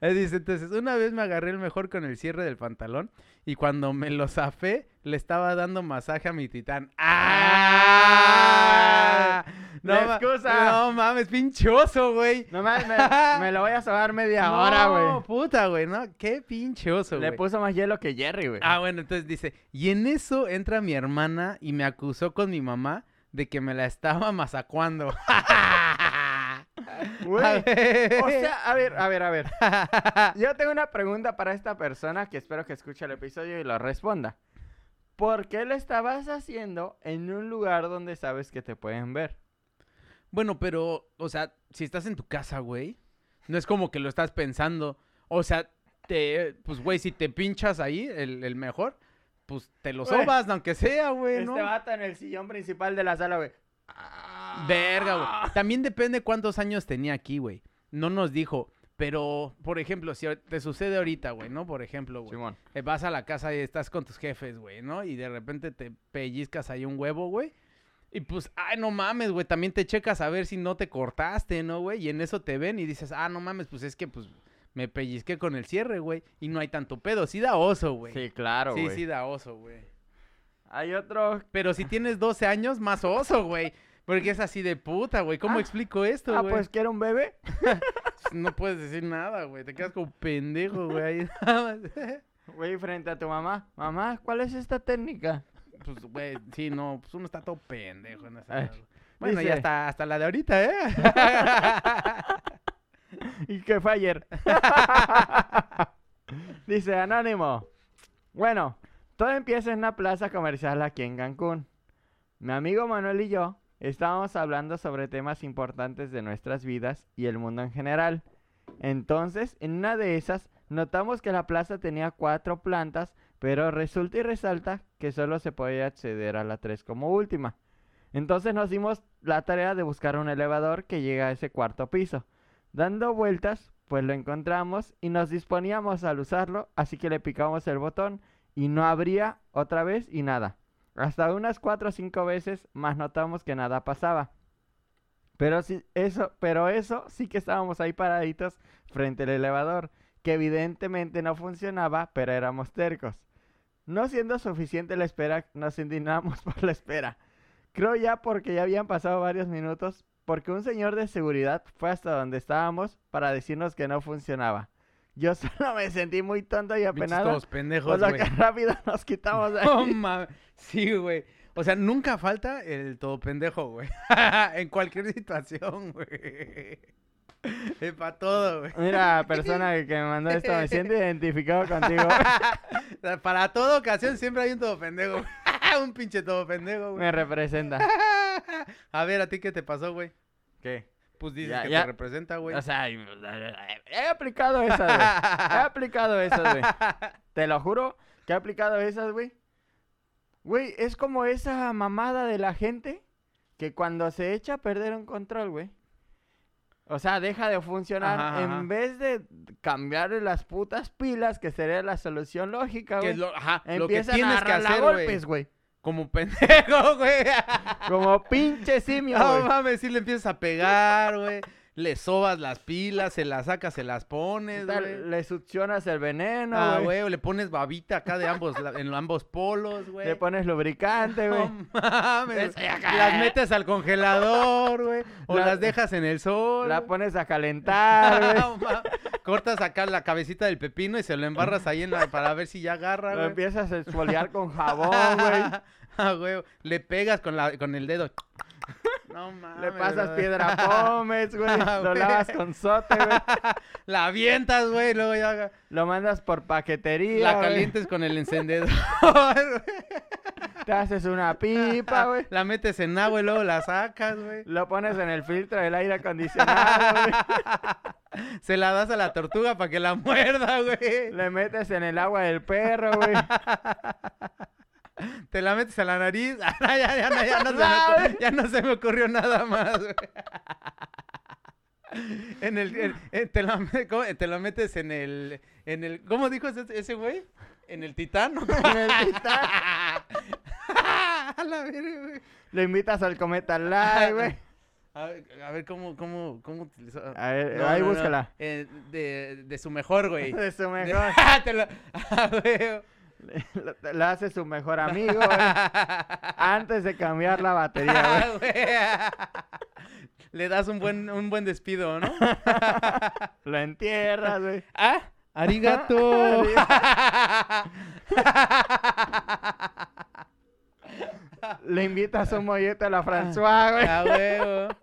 S2: Él Dice, entonces, una vez me agarré el mejor con el cierre del pantalón y cuando me lo zafé, le estaba dando masaje a mi titán. <laughs> ¡Ah!
S1: <laughs> La
S2: ma-
S1: excusa.
S2: no mames, pinchoso, güey.
S1: No mames, me, me lo voy a sobar media hora,
S2: <laughs> No,
S1: güey.
S2: puta, güey, ¿no? Qué pinchoso, güey.
S1: Le puso más hielo que Jerry, güey.
S2: Ah, bueno, entonces dice, y en eso entra mi hermana y me acusó con mi mamá de que me la estaba masacuando. <laughs>
S1: <laughs>
S2: A
S1: Güey.
S2: ver.
S1: O <laughs> sea, a ver, a ver, a ver. Yo tengo una pregunta para esta persona que espero que escuche el episodio y lo responda. ¿Por qué lo estabas haciendo en un lugar donde sabes que te pueden ver?
S2: <laughs> Bueno, pero, o sea, si estás en tu casa, güey, no es como que lo estás pensando. O sea, te, pues, güey, si te pinchas ahí, el, el mejor, pues te lo
S1: Güey.
S2: sobas, aunque sea, güey, ¿no?
S1: Este vato en el sillón principal de la sala, güey.
S2: Ah, Verga,
S1: Ah.
S2: güey. También depende cuántos años tenía aquí, güey. No nos dijo. Pero, por ejemplo, si te sucede ahorita, güey, ¿no? Por ejemplo, güey.
S1: Simón.
S2: eh, vas a la casa y estás con tus jefes, güey, ¿no? Y de repente te pellizcas ahí un huevo, güey. Y pues, ay, no mames, güey, también te checas a ver si no te cortaste, ¿no, güey? Y en eso te ven y dices, ah, no mames, pues es que, pues, me pellizqué con el cierre, güey. Y no hay tanto pedo, sí da oso, güey.
S1: Sí, claro,
S2: sí,
S1: güey.
S2: sí da oso, güey.
S1: Hay otro.
S2: Pero si tienes 12 años, más oso, güey. Porque es así de puta, güey. ¿Cómo
S1: Ah,
S2: explico esto,
S1: Ah,
S2: güey?
S1: pues que era un bebé.
S2: <laughs> No puedes decir nada, güey. Te quedas como pendejo,
S1: <laughs>
S2: güey. ahí nada más.
S1: Güey, frente a tu mamá. Mamá, ¿cuál es esta técnica?
S2: Pues, güey, sí, no, pues uno está todo pendejo en esa
S1: Ay,
S2: edad, güey. Bueno,
S1: dice-
S2: ya está hasta la de
S1: <laughs>
S2: ahorita, ¿eh?
S1: Y que fue ayer. <laughs> Dice Anónimo. Bueno, todo empieza en una plaza comercial aquí en Cancún. Mi amigo Manuel y yo estábamos hablando sobre temas importantes de nuestras vidas y el mundo en general. Entonces, en una de esas, notamos que la plaza tenía cuatro plantas, pero resulta y resalta que solo se podía acceder a la tres como última. Entonces nos dimos la tarea de buscar un elevador que llegue a ese cuarto piso. Dando vueltas, pues lo encontramos y nos disponíamos al usarlo, así que le picamos el botón y no abría otra vez y nada. Hasta unas cuatro o cinco veces más notamos que nada pasaba. Pero sí, eso, pero eso sí que estábamos ahí paraditos frente al elevador, que evidentemente no funcionaba, pero éramos tercos. No siendo suficiente la espera, nos indignamos <laughs> por la espera. Creo ya porque ya habían pasado varios minutos, porque un señor de seguridad fue hasta donde estábamos para decirnos que no funcionaba. Yo <laughs> solo me sentí muy tonto y
S2: Pinches
S1: apenado. Pues
S2: todos pendejos,
S1: Por lo
S2: güey. <laughs>
S1: que rápido nos quitamos <laughs> de
S2: No
S1: aquí.
S2: mames. Sí, güey. O sea, nunca falta el todo pendejo, güey. <laughs> en cualquier situación, güey. Es para todo, güey.
S1: Mira, persona que que me mandó esto, me siento identificado contigo.
S2: Para toda ocasión siempre hay un todo pendejo. güey. <laughs> un pinche todo pendejo, güey.
S1: Me representa.
S2: A ver, ¿a ti qué te pasó, güey?
S1: ¿Qué?
S2: Pues dices
S1: Ya,
S2: que
S1: ya.
S2: te representa, güey.
S1: O sea, he aplicado esas, güey. He aplicado esas, güey. Te lo juro que he aplicado esas, güey. Güey, es como esa mamada de la gente que cuando se echa a perder un control, güey. O sea, deja de funcionar.
S2: Ajá, ajá,
S1: en
S2: ajá.
S1: vez de cambiarle las putas pilas, que sería la solución lógica,
S2: Que
S1: güey.
S2: es lo, ajá, lo que
S1: Empiezan
S2: tienes
S1: a
S2: que
S1: hacer
S2: hacer, güey.
S1: golpes, güey.
S2: Como pendejo, <laughs> güey.
S1: <laughs> Como pinche simio,
S2: No
S1: güey.
S2: mames, si le empiezas a pegar, güey. Le sobas las pilas, se las sacas, se las pones,
S1: Puta,
S2: güey.
S1: le succionas el veneno,
S2: Ah,
S1: güey.
S2: güey, o le pones babita acá de ambos, la- en ambos polos, güey.
S1: Le pones lubricante, güey.
S2: No mames.
S1: Estoy acá.
S2: Las metes al congelador, güey. O
S1: La-
S2: las dejas en el sol.
S1: La
S2: <laughs> güey.
S1: pones a
S2: <laughs>
S1: calentar, güey.
S2: No mames. Cortas acá la cabecita del pepino y se lo embarras ahí en la- para ver si ya agarra,
S1: Lo
S2: güey.
S1: empiezas a exfoliar con jabón,
S2: <laughs>
S1: güey.
S2: Ah, güey. Le pegas con, la, con el dedo. <laughs> No mames.
S1: Le pasas
S2: brother.
S1: piedra
S2: <laughs>
S1: pómez, güey.
S2: Ah,
S1: Lo
S2: güey.
S1: lavas con sote,
S2: <laughs>
S1: güey.
S2: La avientas, güey. Luego ya
S1: Lo mandas por paquetería.
S2: la
S1: güey.
S2: calientes con el encendedor. güey.
S1: Te haces una pipa, güey.
S2: La metes en agua y luego la sacas, güey.
S1: Lo pones en el filtro del aire acondicionado,
S2: <laughs>
S1: güey.
S2: Se la das a la tortuga para que la muerda, güey.
S1: Le metes en el agua del perro, güey.
S2: Te la metes a la nariz. <laughs> Ah, no, ya, ya, no, ya no se me ocur-
S1: No, güey.
S2: ya no se me ocurrió nada más, güey. En el, en- en- te, la, me- ¿cómo? te la metes en el, en el... ¿Cómo dijo ese, ese güey? <laughs> ¿En el titán? <laughs>
S1: En el titán.
S2: a la verga, güey.
S1: Lo invitas al cometa live, güey.
S2: <laughs> A ver, a ver, ¿cómo, cómo, cómo utilizó?
S1: A ver, ahí búscala.
S2: Eh, de, de su mejor, güey.
S1: <laughs> De su
S2: De-
S1: mejor.
S2: Te lo- <laughs> Ah, güey.
S1: Lo- La hace su mejor amigo, güey. Antes de cambiar la batería, güey.
S2: Ah, güey. <laughs> Le das un buen, un buen despido, ¿no?
S1: Lo entierras, güey.
S2: Ah, <laughs> arigato.
S1: <laughs> Le invitas un mollete a la François, güey.
S2: Ah, huevo.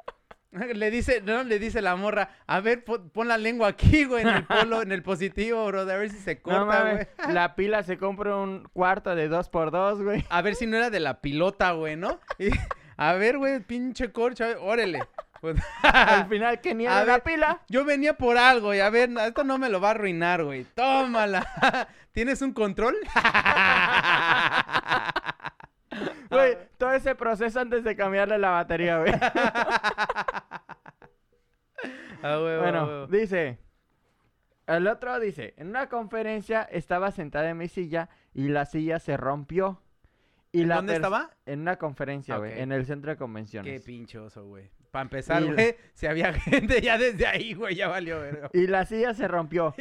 S2: Le dice, no, le dice la morra, a ver, pon, pon la lengua aquí, güey, en el polo, en el positivo, bro, a ver si se
S1: No
S2: corta, güey.
S1: mames, La pila se compra un cuarto de 2 por 2
S2: <laughs>
S1: güey.
S2: A ver si no era de la pilota, güey, ¿no? <laughs> Y, a ver, güey, pinche corcho, a ver, órale. Pues,
S1: Al final, que ni
S2: A
S1: era la
S2: ver.
S1: pila?
S2: Yo venía por algo y a ver, no, esto no me lo va a arruinar, güey. Tómala. <laughs> ¿Tienes un control?
S1: Güey, todo ese proceso antes de cambiarle la batería, güey.
S2: <laughs> Ah, güey,
S1: Bueno,
S2: güey, güey.
S1: dice. El otro dice, en una conferencia estaba sentada en mi silla y la silla se rompió. Y
S2: ¿En
S1: la
S2: dónde
S1: pers-
S2: estaba?
S1: En una conferencia, güey,
S2: Ok.
S1: en el centro de
S2: Qué
S1: convenciones.
S2: pinchoso, güey. Para empezar,
S1: Y la-
S2: güey, si había <laughs> gente ya desde ahí, güey, ya valió, verga.
S1: Y la silla se
S2: <laughs>
S1: rompió.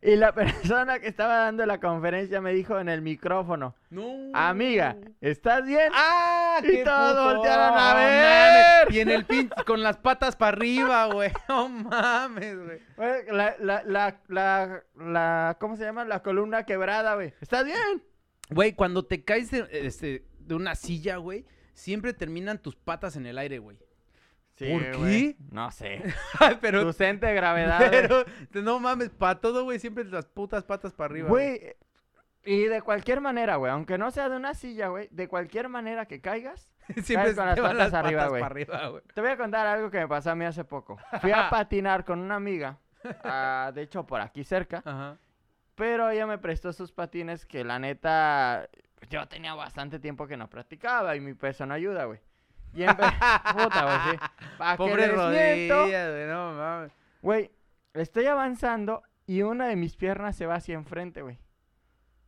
S1: Y la persona que estaba dando la conferencia me dijo en el micrófono,
S2: no.
S1: amiga, ¿estás bien?
S2: ¡Ah!
S1: Y
S2: qué
S1: todos
S2: puto!
S1: voltearon a
S2: ¡Oh,
S1: ver!
S2: mames! Y en el pin con las patas para arriba, güey. <laughs> No mames, güey.
S1: Güey, La, la, la, la, la- ¿cómo se llama? La columna quebrada, güey. ¿Estás bien?
S2: Güey, cuando te caes de, este, de una silla, güey, siempre terminan tus patas en el aire, <laughs> güey. ¿Por qué?
S1: güey. No
S2: <laughs>
S1: sé.
S2: pero,
S1: Tu centro de gravedad, güey.
S2: pero, no mames, para todo, güey, siempre las putas patas para arriba.
S1: Güey, eh, y de cualquier manera, güey, aunque no sea de una silla, güey, de cualquier manera que caigas,
S2: Siempre
S1: con las
S2: te van
S1: patas
S2: las patas
S1: arriba,
S2: para
S1: güey.
S2: arriba, güey.
S1: te voy a contar algo que me pasó a mí hace poco. Fui
S2: <laughs>
S1: a patinar con una amiga, ah, de hecho por aquí cerca,
S2: Ajá.
S1: pero ella me prestó sus patines que la neta yo tenía bastante tiempo que no practicaba y mi peso no ayuda, güey. Y en
S2: <laughs>
S1: vez- puta, güey, sí. Pa' que
S2: Pobre
S1: les miento.
S2: rodillas, güey, no mames.
S1: Güey, estoy avanzando y una de mis piernas se va hacia enfrente, güey.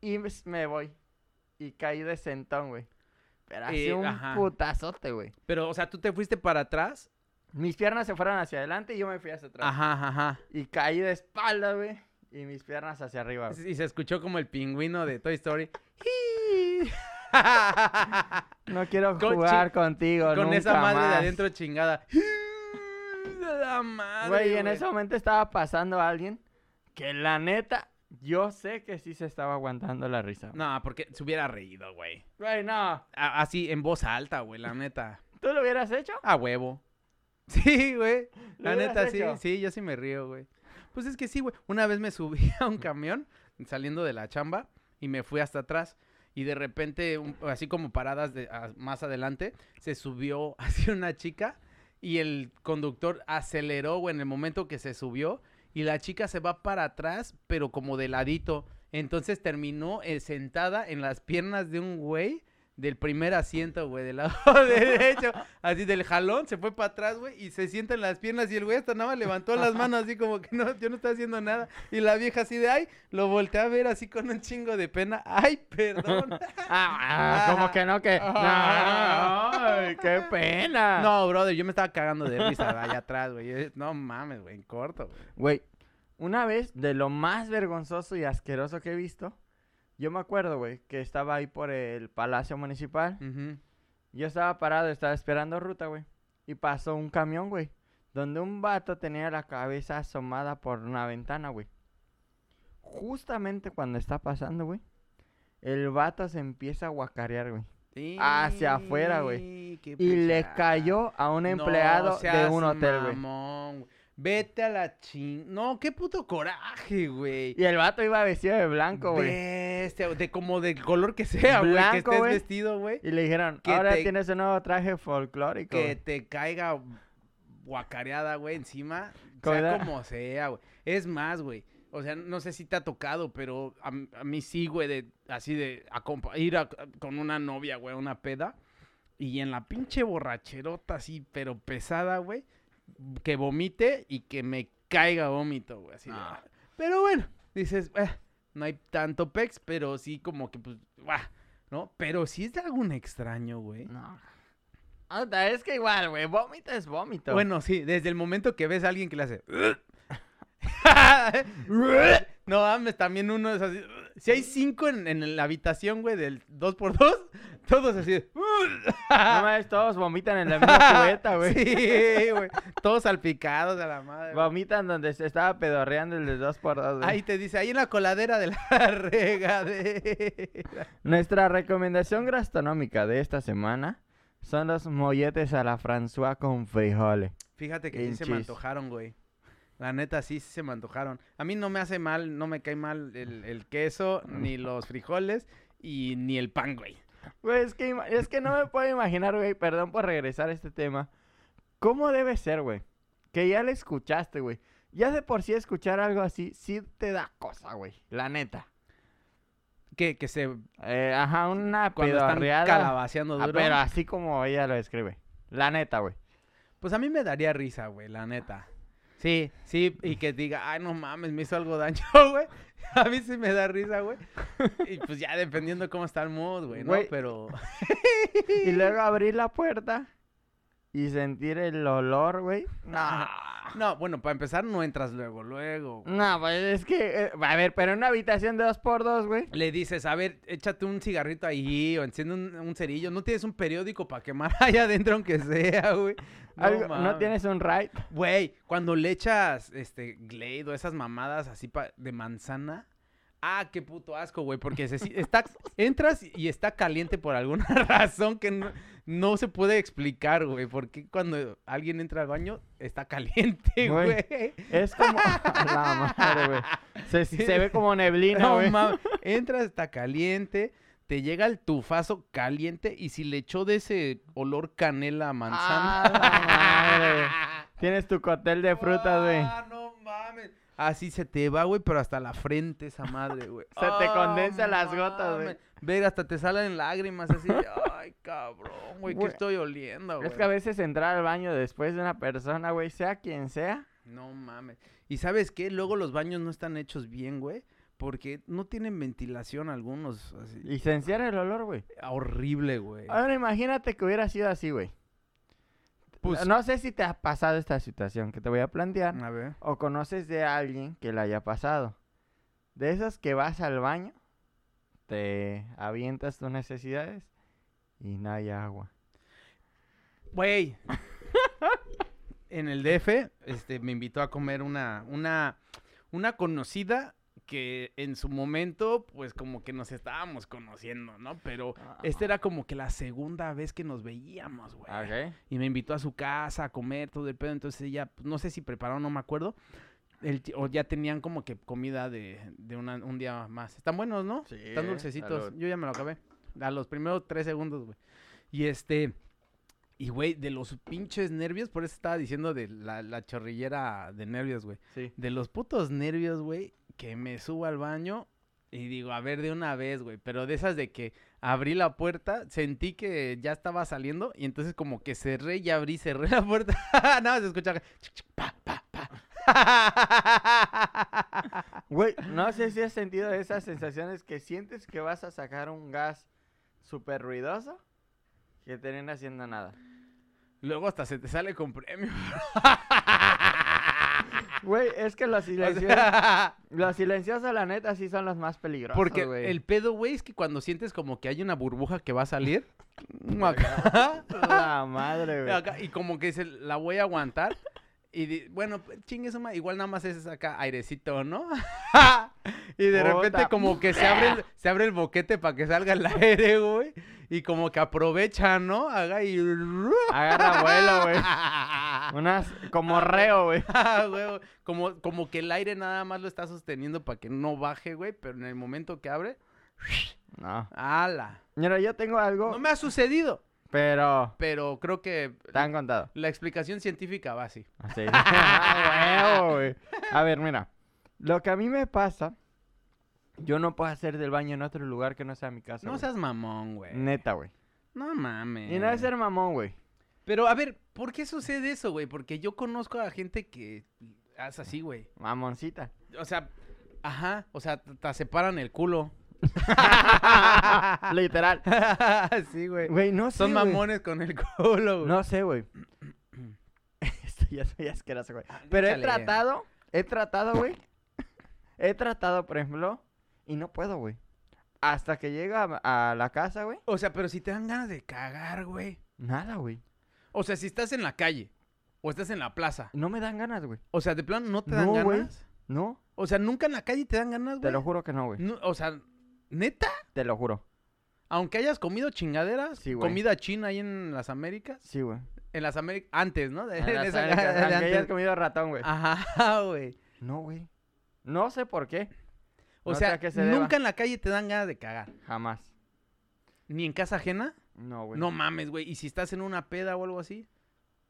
S1: Y me- me voy. Y caí de sentón, güey. Pero así
S2: Eh,
S1: un
S2: ajá.
S1: putazote, güey.
S2: Pero, o sea, tú te fuiste para atrás.
S1: Mis piernas se fueron hacia adelante y yo me fui hacia atrás.
S2: Ajá, ajá, ajá.
S1: Y caí de espalda, güey. Y mis piernas hacia arriba, güey.
S2: Y se escuchó como el pingüino de
S1: <laughs>
S2: Toy Story.
S1: No quiero
S2: Con chi-
S1: jugar contigo,
S2: Con
S1: nunca
S2: esa madre de
S1: más.
S2: adentro chingada. <laughs> De la madre,
S1: Güey, en ese momento estaba pasando a alguien que la neta, yo sé que sí se estaba aguantando la risa. güey.
S2: No, porque se hubiera reído, güey.
S1: Güey, no.
S2: A- así, en voz alta, güey, la neta.
S1: ¿Tú lo hubieras hecho?
S2: A huevo. Sí, güey.
S1: <laughs>
S2: La
S1: hubieras
S2: neta, sí,
S1: hecho?
S2: sí, yo sí me río, güey. Pues es que sí, güey. Una vez me subí <laughs> a un camión saliendo de la chamba y me fui hasta atrás. Y de repente, un- así como paradas de, a- más adelante, se subió <laughs> así una chica y el conductor aceleró, güey, en el momento que se subió. Y la chica se va para atrás, pero como de ladito. Entonces terminó eh, sentada en las piernas de un güey del primer asiento, güey, del lado <laughs> derecho. Así del jalón, se fue para atrás, güey, y se sienta en las piernas. Y el güey hasta nada más levantó las manos, así como que no, yo no estoy haciendo nada. Y la vieja así de ay, lo volteé a ver así con un chingo de pena. Ay,
S1: <laughs>
S2: perdón. <laughs>
S1: Ah, ah, como que no, que.
S2: Ah.
S1: No, ay, qué pena.
S2: No, brother, yo me estaba cagando de risa allá atrás, güey. Eh, No mames, güey, en corto, güey.
S1: Güey, una vez de lo más vergonzoso y asqueroso que he visto, yo me acuerdo, güey, que estaba ahí por el Palacio Municipal.
S2: Ujú.
S1: Yo estaba parado, estaba esperando ruta, güey. Y pasó un camión, güey. Donde un vato tenía la cabeza asomada por una ventana, güey. Justamente cuando está pasando, güey. El vato se empieza a guacarear, güey. Hacia afuera, güey.
S2: Sí, qué
S1: Y le
S2: pesado.
S1: cayó a un
S2: No
S1: empleado de
S2: seas
S1: un hotel, güey.
S2: mamón, güey. Vete a la ching. No, qué puto coraje, güey.
S1: Y el vato iba vestido de blanco, güey.
S2: Bestia, de como del color que sea, güey. Que
S1: Blanco,
S2: estés
S1: güey.
S2: vestido, güey.
S1: Y le dijeron,
S2: Que
S1: ahora
S2: te-
S1: tienes un nuevo traje folclórico.
S2: Que
S1: güey".
S2: te caiga guacareada, güey, encima.
S1: Comida-
S2: Sea como sea, güey. Es más, güey. O sea, no sé si te ha tocado, pero a, m- a mí sí, güey, de, así de acompa- ir a- con una novia, güey, a una peda. Y en la pinche borracherota, así, pero pesada, güey. Que vomite y que me caiga vómito, güey. Así de,
S1: No.
S2: "Ah". Pero bueno, dices, "Eh, no hay tanto pex, pero sí como que, pues, ¡buah! ¿no? Pero sí es de algún extraño, güey.
S1: No. Anda, es que igual, güey, vómito es vómito.
S2: Bueno, sí, desde el momento que ves a alguien que le
S1: <laughs>
S2: hace. no mames, también uno es así. Si hay cinco en, en la habitación, güey, del 2x2, todos así.
S1: No mames, todos vomitan en la misma
S2: <laughs>
S1: cubeta, güey.
S2: Sí, güey. Todos salpicados a la madre. güey.
S1: Vomitan donde se estaba pedorreando el de 2x2. güey.
S2: Ahí te dice, ahí en la coladera de la <laughs> regadera.
S1: Nuestra recomendación gastronómica de esta semana son los molletes a la François con frijoles.
S2: Fíjate que sí se me
S1: Pinches.
S2: antojaron, güey. La neta, sí, sí se me antojaron. A mí no me hace mal, no me cae mal el, el queso, ni los frijoles, y ni el pan, güey.
S1: Güey, es que, ima- es que no me puedo imaginar, güey, perdón por regresar a este tema. ¿Cómo debe ser, güey? Que ya le escuchaste, güey. Ya de por sí escuchar algo así, sí te da cosa, güey. La neta.
S2: Que, que se...
S1: Eh, ajá, una
S2: Cuando están
S1: pedorreada.
S2: calabaceando
S1: Ah,
S2: duro.
S1: pero así como ella lo escribe. La neta, güey.
S2: Pues a mí me daría risa, güey, la neta. Sí, sí, y que diga, ay, no mames, me hizo algo daño, <laughs> güey. A mí sí me da risa, güey. Y pues ya dependiendo cómo está el mood, güey, ¿no?
S1: Güey. <laughs>
S2: Pero... <laughs>
S1: Y luego abrir la puerta y sentir el olor, güey. No.
S2: No, bueno, para empezar no entras luego, luego. güey.
S1: No, pues es que, eh, a ver, pero en una habitación de dos por dos, güey.
S2: Le dices, a ver, échate un cigarrito ahí o enciende un, un cerillo. No tienes un periódico para quemar <laughs> allá adentro, aunque sea, güey. No
S1: Algo- No,
S2: mames.
S1: tienes un right.
S2: Güey, cuando le echas este Glade o esas mamadas así pa- de manzana. Ah, qué puto asco, güey, porque se si-
S1: <laughs>
S2: está, entras y está caliente por alguna <laughs> razón que no, no se puede explicar, güey, porque cuando alguien entra al baño está caliente, <laughs>
S1: Güey,
S2: güey.
S1: Es
S2: <laughs>
S1: como. la madre, güey. Se, se ve como neblina,
S2: No
S1: güey.
S2: mames, entras está caliente, te llega el tufazo caliente y si le echó de ese olor canela a manzana.
S1: Ah, la madre, güey.
S2: <laughs>
S1: Tienes tu cóctel de frutas, güey.
S2: Ah, no mames. Así se te va, güey, pero hasta la frente esa madre, güey.
S1: <laughs> Se te
S2: Ah,
S1: condensan las gotas, güey.
S2: mames. Ver, hasta te salen lágrimas
S1: <laughs>
S2: así. de, Ay, cabrón, güey, ¿qué
S1: Güey.
S2: estoy oliendo, güey?
S1: Es que a veces entrar al baño después de una persona, güey, sea quien sea.
S2: No mames. ¿Y sabes qué? Luego los baños no están hechos bien, güey. Porque no tienen ventilación algunos. Así.
S1: Y Ah, se encierra el olor, güey.
S2: Horrible, güey.
S1: Ahora imagínate que hubiera sido así, güey.
S2: Pues-
S1: No sé si te ha pasado esta situación que te voy a plantear.
S2: A ver.
S1: o conoces de alguien que la haya pasado. De esas que vas al baño, te avientas tus necesidades y no hay agua.
S2: Güey. <laughs> en el DF, este, me invitó a comer una, una, una conocida que en su momento, pues como que nos estábamos conociendo, ¿no? Pero esta era como que la segunda vez que nos veíamos, güey.
S1: Ah,
S2: Y me invitó a su casa a comer todo el pedo. Entonces ella, pues, no sé si prepararon, no me acuerdo. El ti- o ya tenían como que comida de, de una- un día más. Están buenos, ¿no?
S1: Sí,
S2: Están dulcecitos.
S1: Eh, salud.
S2: Yo ya me lo acabé. A los primeros tres segundos, güey. Y este. Y, güey, de los pinches nervios, por eso estaba diciendo de la, la chorrillera de nervios, güey.
S1: Sí.
S2: De los putos nervios, güey, que me subo al baño y digo, a ver, de una vez, güey. Pero de esas de que abrí la puerta, sentí que ya estaba saliendo y entonces como que cerré y abrí, cerré la puerta. <laughs> Nada, más se escuchaba. chic, chic, pa, pa, pa.
S1: <laughs> Güey, no sé si has sentido esas sensaciones que sientes que vas a sacar un gas súper ruidoso que termina haciendo nada.
S2: Luego hasta se te sale con premio.
S1: Güey, es que <laughs> los
S2: O
S1: silenciosos, <laughs>
S2: sea,
S1: los silenciosos la neta sí son los más peligrosos,
S2: porque
S1: güey.
S2: el pedo, güey, es que cuando sientes como que hay una burbuja que va
S1: <laughs>
S2: a salir. acá,
S1: La
S2: <laughs>
S1: madre, güey.
S2: acá, y como que se la voy a aguantar. Y di- bueno, pues, chingue su ma- igual nada más es acá airecito, ¿no? <laughs> y de
S1: Puta.
S2: repente como que
S1: <laughs>
S2: se abre, el, se abre el boquete para que salga el aire, güey. Y <laughs> como que aprovecha, ¿no? Haga y...
S1: Agarra vuelo, güey. <laughs> Unas como reo, güey.
S2: Ah, güey, como, como que el aire nada más lo está sosteniendo para que no baje, güey, pero en el momento que abre,
S1: No.
S2: ¡ala!
S1: Mira, yo tengo
S2: No
S1: algo,
S2: me ha sucedido,
S1: pero
S2: pero creo que
S1: te han contado.
S2: la explicación científica va así.
S1: Así. <laughs> Ah, huevo, güey. A ver, mira. Lo que a mí me pasa, yo no puedo hacer del baño en otro lugar que no sea mi casa.
S2: No
S1: güey.
S2: seas mamón, güey.
S1: Neta, güey.
S2: No mames.
S1: Y no es ser mamón, güey.
S2: Pero a ver, ¿por qué sucede eso, güey? Porque yo conozco a gente que hace así, güey.
S1: <laughs> Mamoncita.
S2: O sea, ajá, o sea, te separan el culo. <laughs>
S1: <laughs> Literal.
S2: Ah, sí, güey.
S1: Güey, no sé.
S2: Son
S1: güey.
S2: mamones con el <laughs> culo, güey.
S1: No sé, güey. <clears throat> Esto ya soy asqueroso, güey. Pero he
S2: Ah, échale.
S1: tratado, he tratado, güey. <laughs> He tratado, por ejemplo, y no puedo, güey. Hasta que llega a, a la casa, güey.
S2: O sea, pero si te dan ganas de cagar, güey.
S1: Nada, güey.
S2: O sea, si estás en la calle o estás en la plaza.
S1: No me dan ganas, güey.
S2: O sea, de plano no te dan
S1: No,
S2: ganas.
S1: güey. No,
S2: O sea, nunca en la calle te dan ganas,
S1: te
S2: güey.
S1: lo juro que no, güey.
S2: No, o sea, neta,
S1: Te lo juro.
S2: aunque hayas comido chingaderas,
S1: Sí, güey.
S2: comida china ahí en las Américas.
S1: Sí, güey.
S2: En las Américas, antes, ¿no? De-
S1: En
S2: <laughs> en
S1: las
S2: esa-
S1: Américas,
S2: de
S1: Aunque hayas
S2: antes. Ah.
S1: comido ratón, güey.
S2: Ajá, <laughs> güey.
S1: No, güey. No sé por qué.
S2: O
S1: No sé a
S2: sea,
S1: qué se deba.
S2: nunca en la calle te dan ganas de cagar.
S1: Jamás.
S2: Ni en casa ajena.
S1: No, güey.
S2: No mames, güey. Y si estás en una peda o algo así,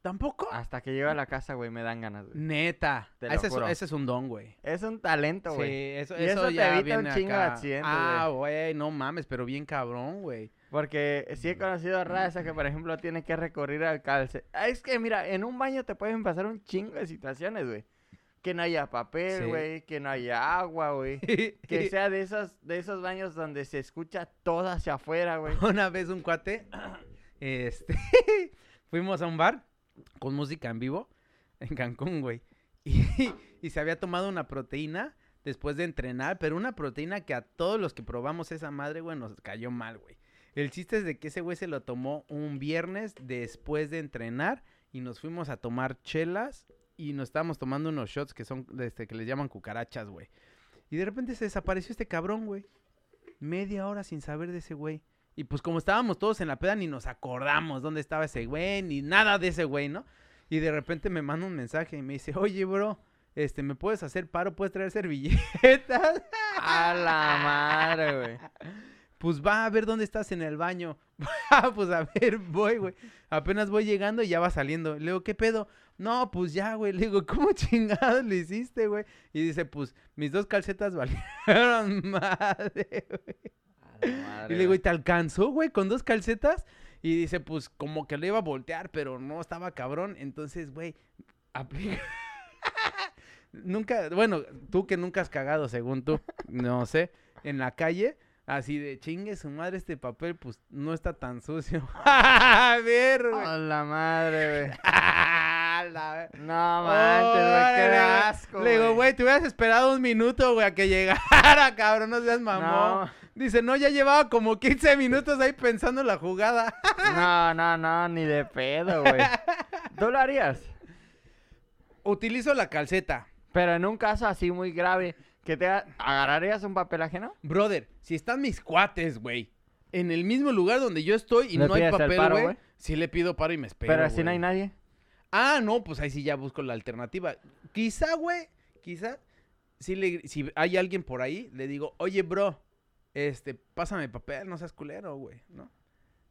S2: tampoco.
S1: Hasta que llego a la casa, güey, me dan ganas, güey.
S2: Neta.
S1: Ah, Te
S2: Ah,
S1: lo
S2: Ese es,
S1: juro.
S2: ese es un don, güey.
S1: Es un talento,
S2: Sí,
S1: güey.
S2: eso,
S1: Y eso
S2: eso
S1: te
S2: ya
S1: evita un
S2: viene
S1: chingo de
S2: acá.
S1: accidentes,
S2: Ah, güey, no mames, pero bien cabrón, güey.
S1: Porque sí
S2: Mm.
S1: he conocido a raza que, por ejemplo, tiene que recurrir al calce. Ah, Es que, mira, en un baño te pueden pasar un chingo de situaciones, güey. Que no haya papel,
S2: Sí.
S1: güey. Que no haya agua, güey.
S2: <laughs>
S1: Que sea de esos, de esos baños donde se escucha todo hacia afuera, güey.
S2: <laughs> Una vez un cuate, este, <laughs> fuimos a un bar con música en vivo en Cancún, güey. <laughs> Y, y se había tomado una proteína después de entrenar, pero una proteína que a todos los que probamos esa madre, güey, nos cayó mal, güey. El chiste es de que ese güey se lo tomó un viernes después de entrenar y nos fuimos a tomar chelas y nos estábamos tomando unos shots que son, este, que les llaman cucarachas, güey. Y de repente se desapareció este cabrón, güey. Media hora sin saber de ese güey. Y pues como estábamos todos en la peda, ni nos acordamos dónde estaba ese güey, ni nada de ese güey, ¿no? Y de repente me manda un mensaje y me dice, oye, bro, este, ¿me puedes hacer paro? ¿Puedes traer servilletas? <laughs>
S1: A la madre, güey.
S2: Pues va a ver dónde estás en el baño. <laughs> Ah, pues a ver, voy, güey. Apenas voy llegando y ya va saliendo. Le digo, ¿qué pedo? No, pues ya, güey. Le digo, ¿cómo <laughs> chingados le hiciste, güey? Y dice, pues mis dos calcetas <laughs> valieron madre, güey.
S1: A la madre,
S2: Y le digo, ¿y te alcanzó, güey, con dos calcetas? Y dice, pues como que le iba a voltear, pero no estaba cabrón. Entonces, güey, aplica. <laughs> nunca, bueno, tú que nunca has cagado,
S1: <laughs>
S2: según tú, no sé, en la calle, así de chingue su madre, este papel, pues no está tan sucio. <laughs> a ver,
S1: güey.
S2: güey.
S1: A la madre, güey.
S2: <laughs> A la-
S1: Ah.
S2: <laughs>
S1: No manches, güey, qué
S2: Órale, güey.
S1: asco.
S2: Le digo, güey, te hubieras esperado un minuto, güey, a que llegara, <laughs> cabrón, no seas mamón.
S1: No,
S2: Dice, no, ya llevaba como 15 minutos ahí pensando en la jugada.
S1: <laughs>
S2: <laughs>
S1: no, no, no, ni de pedo, güey. ¿Tú lo harías?
S2: Utilizo la calceta.
S1: Pero en un caso así muy grave, que te ha- agarrarías un papel ajeno?
S2: Brother, si están mis cuates, güey, en el mismo lugar donde yo estoy y
S1: ¿Le
S2: no hay
S1: pides el
S2: papel,
S1: paro,
S2: güey,
S1: güey?
S2: sí le pido paro y me espero.
S1: Pero, si no hay
S2: güey.
S1: nadie.
S2: Ah, no, pues ahí sí ya busco la alternativa. Quizá, güey, quizá, si, le, si hay alguien por ahí, le digo, oye, bro, este, pásame papel, no seas culero, güey, ¿no?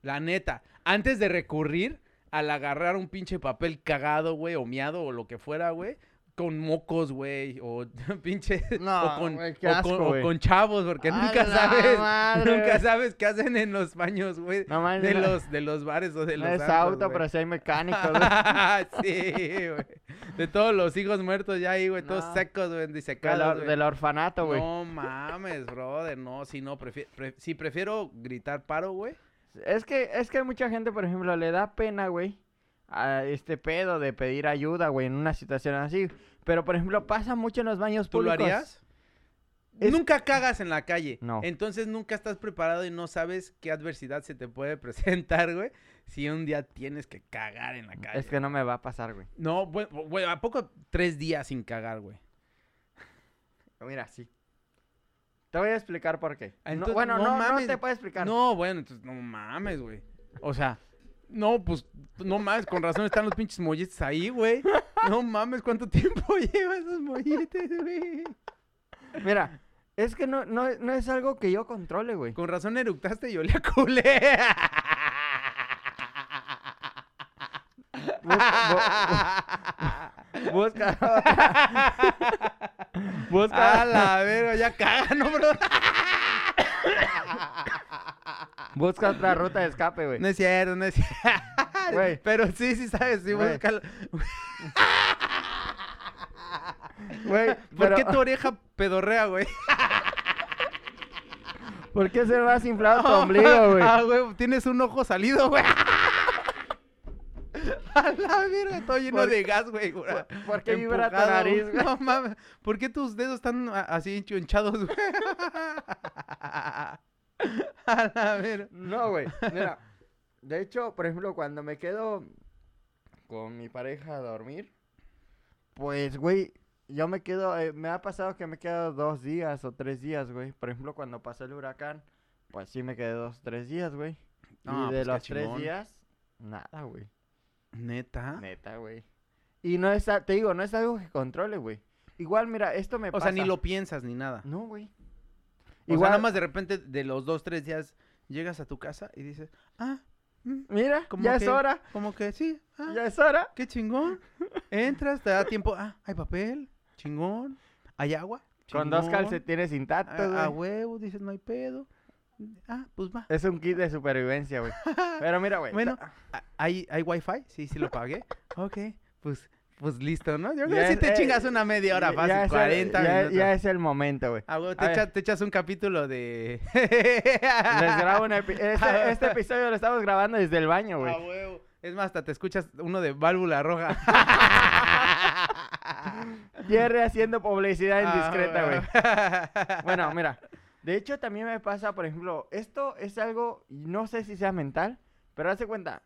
S2: La neta, antes de recurrir al agarrar un pinche papel cagado, güey, o miado, o lo que fuera, güey, con mocos, güey, o <laughs> pinche,
S1: No,
S2: o, con,
S1: güey, qué
S2: o
S1: asco,
S2: con- o
S1: güey.
S2: con chavos, porque
S1: A
S2: nunca
S1: la
S2: sabes,
S1: madre,
S2: nunca
S1: güey.
S2: sabes qué hacen en los baños, güey,
S1: No mames,
S2: de
S1: no-
S2: los, de los bares o de
S1: No
S2: los
S1: es
S2: antros,
S1: auto,
S2: güey.
S1: pero sí hay
S2: <laughs>
S1: mecánicos. güey.
S2: sí, güey. De todos los hijos muertos ya ahí, güey. Todos
S1: No.
S2: secos, güey,
S1: del, or-
S2: disecados, güey.
S1: del orfanato, güey.
S2: No mames, brother. No, si no, prefiero, si prefiero gritar paro, güey.
S1: Es que es que mucha gente, por ejemplo, le da pena, güey, a este pedo de pedir ayuda, güey, en una situación así. Pero, por ejemplo, pasa mucho en los baños
S2: ¿Tú lo
S1: públicos.
S2: harías?
S1: Es-
S2: Nunca cagas en la calle.
S1: No.
S2: Entonces nunca estás preparado y no sabes qué adversidad se te puede <laughs> presentar, güey. Si un día tienes que cagar en la calle.
S1: Es que no me va a pasar, güey.
S2: No, güey, güey, ¿a poco tres días sin cagar, güey?
S1: Mira, sí. Te voy a explicar por qué. No,
S2: Entonces,
S1: bueno,
S2: no
S1: no, no
S2: mames.
S1: te puedo explicar.
S2: No, bueno, entonces no mames, güey. O sea, No, pues, no mames, con razón están los pinches molletes ahí, güey. No mames, ¿cuánto tiempo <laughs> llevan esos molletes, güey?
S1: Mira, es que no, no, no es algo que yo controle, güey.
S2: Con razón eructaste y olía culé.
S1: Busca Ah. otra. <laughs> Busca,
S2: A la verga, ya caga, no, bro.
S1: busca otra ruta de escape, güey.
S2: No es cierto, no es cierto.
S1: Güey.
S2: Pero sí, sí sabes, sí,
S1: Güey.
S2: búscalo.
S1: <laughs> Güey,
S2: ¿Por
S1: pero-
S2: qué tu oreja pedorrea, güey?
S1: ¿Por qué se más inflado <laughs> tu
S2: <laughs>
S1: ombligo, güey?
S2: Ah, güey, tienes un ojo salido, güey. <laughs> A la verga, todo lleno
S1: ¿Por-
S2: de gas, güey. güey.
S1: por- por qué vibra tu
S2: Empujado,
S1: nariz,
S2: <laughs>
S1: güey?
S2: No mames, ¿por qué tus dedos están a- así enchunchados, güey? <laughs> A la verga.
S1: No, güey. Mira, de hecho, por ejemplo, cuando me quedo con mi pareja a dormir, pues, güey, yo me quedo, eh, me ha pasado que me quedo dos días o tres días, güey. Por ejemplo, cuando pasó el huracán, pues sí me quedé dos, tres días, güey.
S2: Ah,
S1: y de
S2: pues, qué
S1: los tres
S2: chingón. ¿Ah?
S1: días, nada, güey.
S2: Neta.
S1: Neta, güey. Y no es, a- te digo, no es algo que controle, güey. Igual, mira, esto me
S2: O
S1: pasa.
S2: sea, ni lo piensas ni nada.
S1: No, güey.
S2: O sea, nada más de repente de los dos, tres días llegas a tu casa y dices, ah, mm,
S1: Mira,
S2: Como
S1: ya es
S2: que-
S1: hora,
S2: como que sí, ah,
S1: ya es hora.
S2: qué chingón. Entras, te da tiempo, ah, hay papel, chingón, hay agua.
S1: Con dos
S2: chingón,
S1: calcetines intactos,
S2: A,
S1: güey.
S2: a huevo, dices, no hay pedo. Ah, pues va.
S1: Es un kit de supervivencia,
S2: <laughs>
S1: güey. Pero mira, güey.
S2: Bueno,
S1: ta-
S2: a- ¿hay, ¿hay wifi? Sí, sí lo pagué. <laughs> ok, pues, pues listo, ¿no? Yo creo
S1: Ya
S2: que sí
S1: es-
S2: te
S1: eh,
S2: chingas una media hora
S1: ya-
S2: fácil,
S1: ya es el-
S2: 40
S1: ya,
S2: minutos.
S1: ya es el momento, güey.
S2: Ah, huevo,
S1: A
S2: te,
S1: ver.
S2: echa- te echas un capítulo de... <laughs>
S1: Les grabo un epi- este, este episodio lo estamos grabando desde el baño,
S2: Ah,
S1: güey.
S2: huevo. Es más, hasta te escuchas uno de
S1: <laughs>
S2: válvula roja.
S1: Jerry haciendo publicidad
S2: Ah, <laughs>
S1: indiscreta, güey.
S2: güey.
S1: Bueno, mira. De hecho, también me pasa, por ejemplo, esto es algo, no sé si sea mental, pero hace cuenta.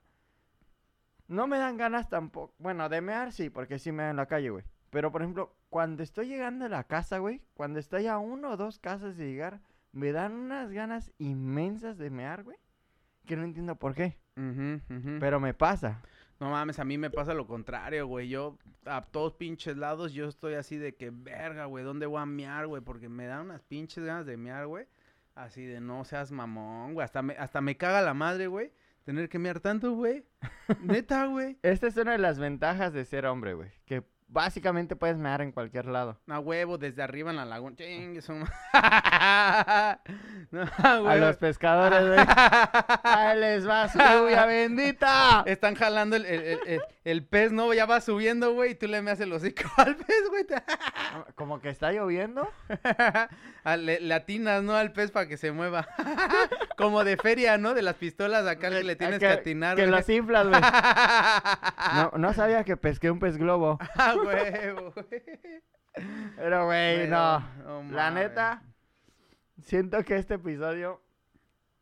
S1: No me dan ganas tampoco. Bueno, de mear sí, porque sí me dan en la calle, güey. Pero, por ejemplo, cuando estoy llegando a la casa, güey, cuando estoy a uno o dos casas de llegar, me dan unas ganas inmensas de mear, güey. Que no entiendo por qué, pero me pasa.
S2: No mames, a mí me pasa lo contrario, güey. Yo, a todos pinches lados, yo estoy así de que, verga, güey, ¿dónde voy a mear, güey? Porque me dan unas pinches ganas de mear, güey. Así de, no seas mamón, güey. Hasta me, hasta me caga la madre, güey. Tener que mear tanto, güey. Neta, güey.
S1: Esta es una de las ventajas de ser hombre, güey. Que básicamente puedes mear en cualquier lado.
S2: A huevo, desde arriba en la laguna. Chingue su ma- <laughs> No, a
S1: A
S2: huevo.
S1: los pescadores,
S2: <laughs>
S1: güey. ¡Ahí les va su lluvia bendita!
S2: Están jalando el, el- el- el- el pez, ¿no? Ya va subiendo, güey, y tú le me haces el hocico <laughs> al pez, güey. te-
S1: Como que está lloviendo.
S2: <laughs> A- le, le atinas, ¿no? Al pez para que se mueva. <laughs> Como de feria, ¿no? De las pistolas acá que le tienes que, atinar,
S1: Eh, Que
S2: güey.
S1: los inflas, güey.
S2: <laughs> Ah,
S1: No, no sabía que pesqué un pez globo.
S2: huevo, güey.
S1: Pero, güey, no.
S2: No, no
S1: La
S2: mames.
S1: neta, siento que este episodio <laughs>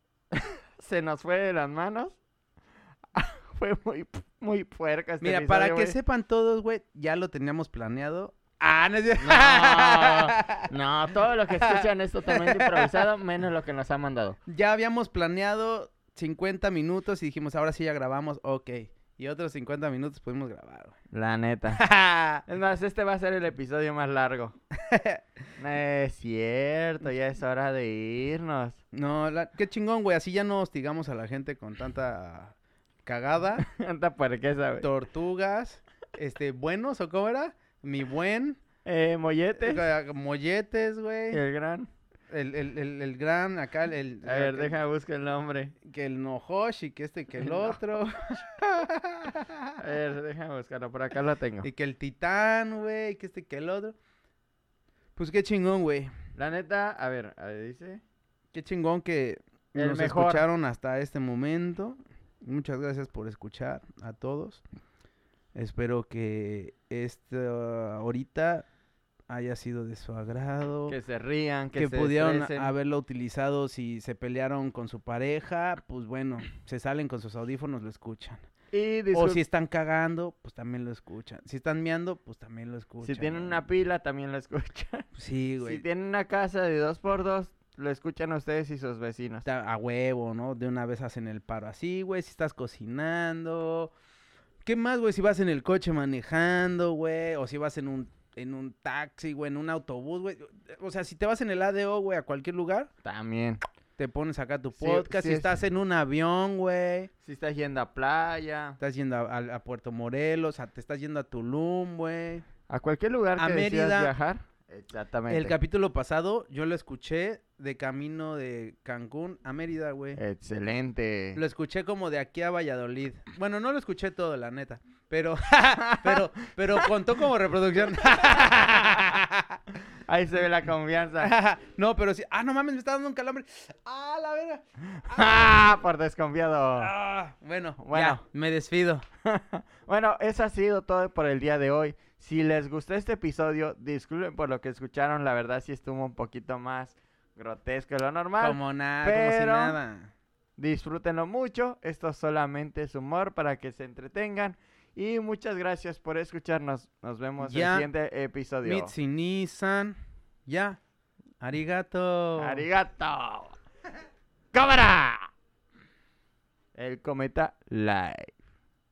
S1: se nos fue de las manos. <laughs> fue muy, muy puerca este
S2: Mira,
S1: episodio,
S2: para que
S1: güey.
S2: sepan todos, güey, ya lo teníamos planeado. Ah, no es cierto.
S1: <laughs> No, no, todo lo que escuchan
S2: <laughs>
S1: es totalmente improvisado, menos lo que nos han mandado.
S2: Ya habíamos planeado 50 minutos y dijimos, ahora sí ya grabamos, ok. Y otros 50 minutos pudimos grabar, güey.
S1: La neta.
S2: <laughs>
S1: Es más, este va a ser el episodio más largo. No es cierto, ya es hora de irnos. <laughs>
S2: No, la- qué chingón, güey. Así ya no hostigamos a la gente con tanta cagada,
S1: <laughs> Tanta puerqueza, güey.
S2: tortugas, este, buenos o cómo era, mi buen,
S1: Eh, mollete.
S2: eh, molletes, güey.
S1: El gran.
S2: El, el, el- el gran, acá, el, el-
S1: Eh. A ver,
S2: que-
S1: déjame buscar el nombre.
S2: que el nojosh y que este, que el
S1: No. <laughs>
S2: otro,
S1: A
S2: <laughs>
S1: ver, déjame buscarlo. Por acá lo tengo.
S2: y que el titán, güey, que este, que el otro. Pues qué chingón, güey.
S1: La neta, a ver, a ver, dice.
S2: Qué chingón que
S1: El
S2: nos
S1: mejor.
S2: escucharon hasta este momento. Muchas gracias por escuchar a todos. Espero que esta ahorita haya sido de su agrado.
S1: Que se rían, que,
S2: Que,
S1: se
S2: pudieron
S1: estresen.
S2: haberlo utilizado si se pelearon con su pareja, pues bueno, se salen con sus audífonos, lo escuchan.
S1: Y
S2: O
S1: discul-
S2: si están cagando, pues también lo escuchan. Si están meando, pues también lo escuchan.
S1: si tienen
S2: güey.
S1: una pila, también lo escuchan.
S2: <laughs> Sí, güey.
S1: Si tienen una casa de dos por dos, lo escuchan ustedes y sus vecinos.
S2: a huevo, ¿no? De una vez hacen el paro así, güey, si estás cocinando. ¿Qué más, güey? Si vas en el coche manejando, güey, o si vas en un, en un taxi, güey, en un autobús, güey. O sea, si te vas en el ADO, güey, a cualquier lugar,
S1: También.
S2: te pones acá tu
S1: Sí,
S2: podcast.
S1: sí
S2: si
S1: es-
S2: estás en un avión, güey,
S1: Si estás yendo a playa,
S2: estás yendo a, a- a Puerto Morelos, a- te estás yendo a Tulum, güey.
S1: a cualquier lugar
S2: A
S1: que
S2: Mérida.
S1: decidas viajar. Exactamente.
S2: El capítulo pasado yo lo escuché de camino de Cancún a Mérida, güey.
S1: Excelente.
S2: Lo escuché como de aquí a Valladolid. Bueno, no lo escuché todo, la neta. Pero, <laughs> pero, pero contó como reproducción. <laughs>
S1: Ahí se ve la
S2: <laughs>
S1: confianza. <laughs>
S2: no, pero sí. Ah, no mames, me está dando un calambre. Ah, la verga.
S1: ¡Ah! Por desconfiado.
S2: Ah, bueno, bueno,
S1: Bueno.
S2: me despido.
S1: Bueno, eso ha sido todo por el día de hoy. Si les gustó este episodio, disculpen por lo que escucharon. La verdad sí estuvo un poquito más grotesco de lo normal.
S2: Como nada, como si
S1: pero-
S2: nada.
S1: Disfrútenlo mucho. Esto solamente es humor para que se entretengan. Y muchas gracias por escucharnos. Nos vemos en
S2: Ya.
S1: el siguiente episodio.
S2: Mitsinisan. Ya. Arigato.
S1: Arigato. ¡Cámara! El cometa like.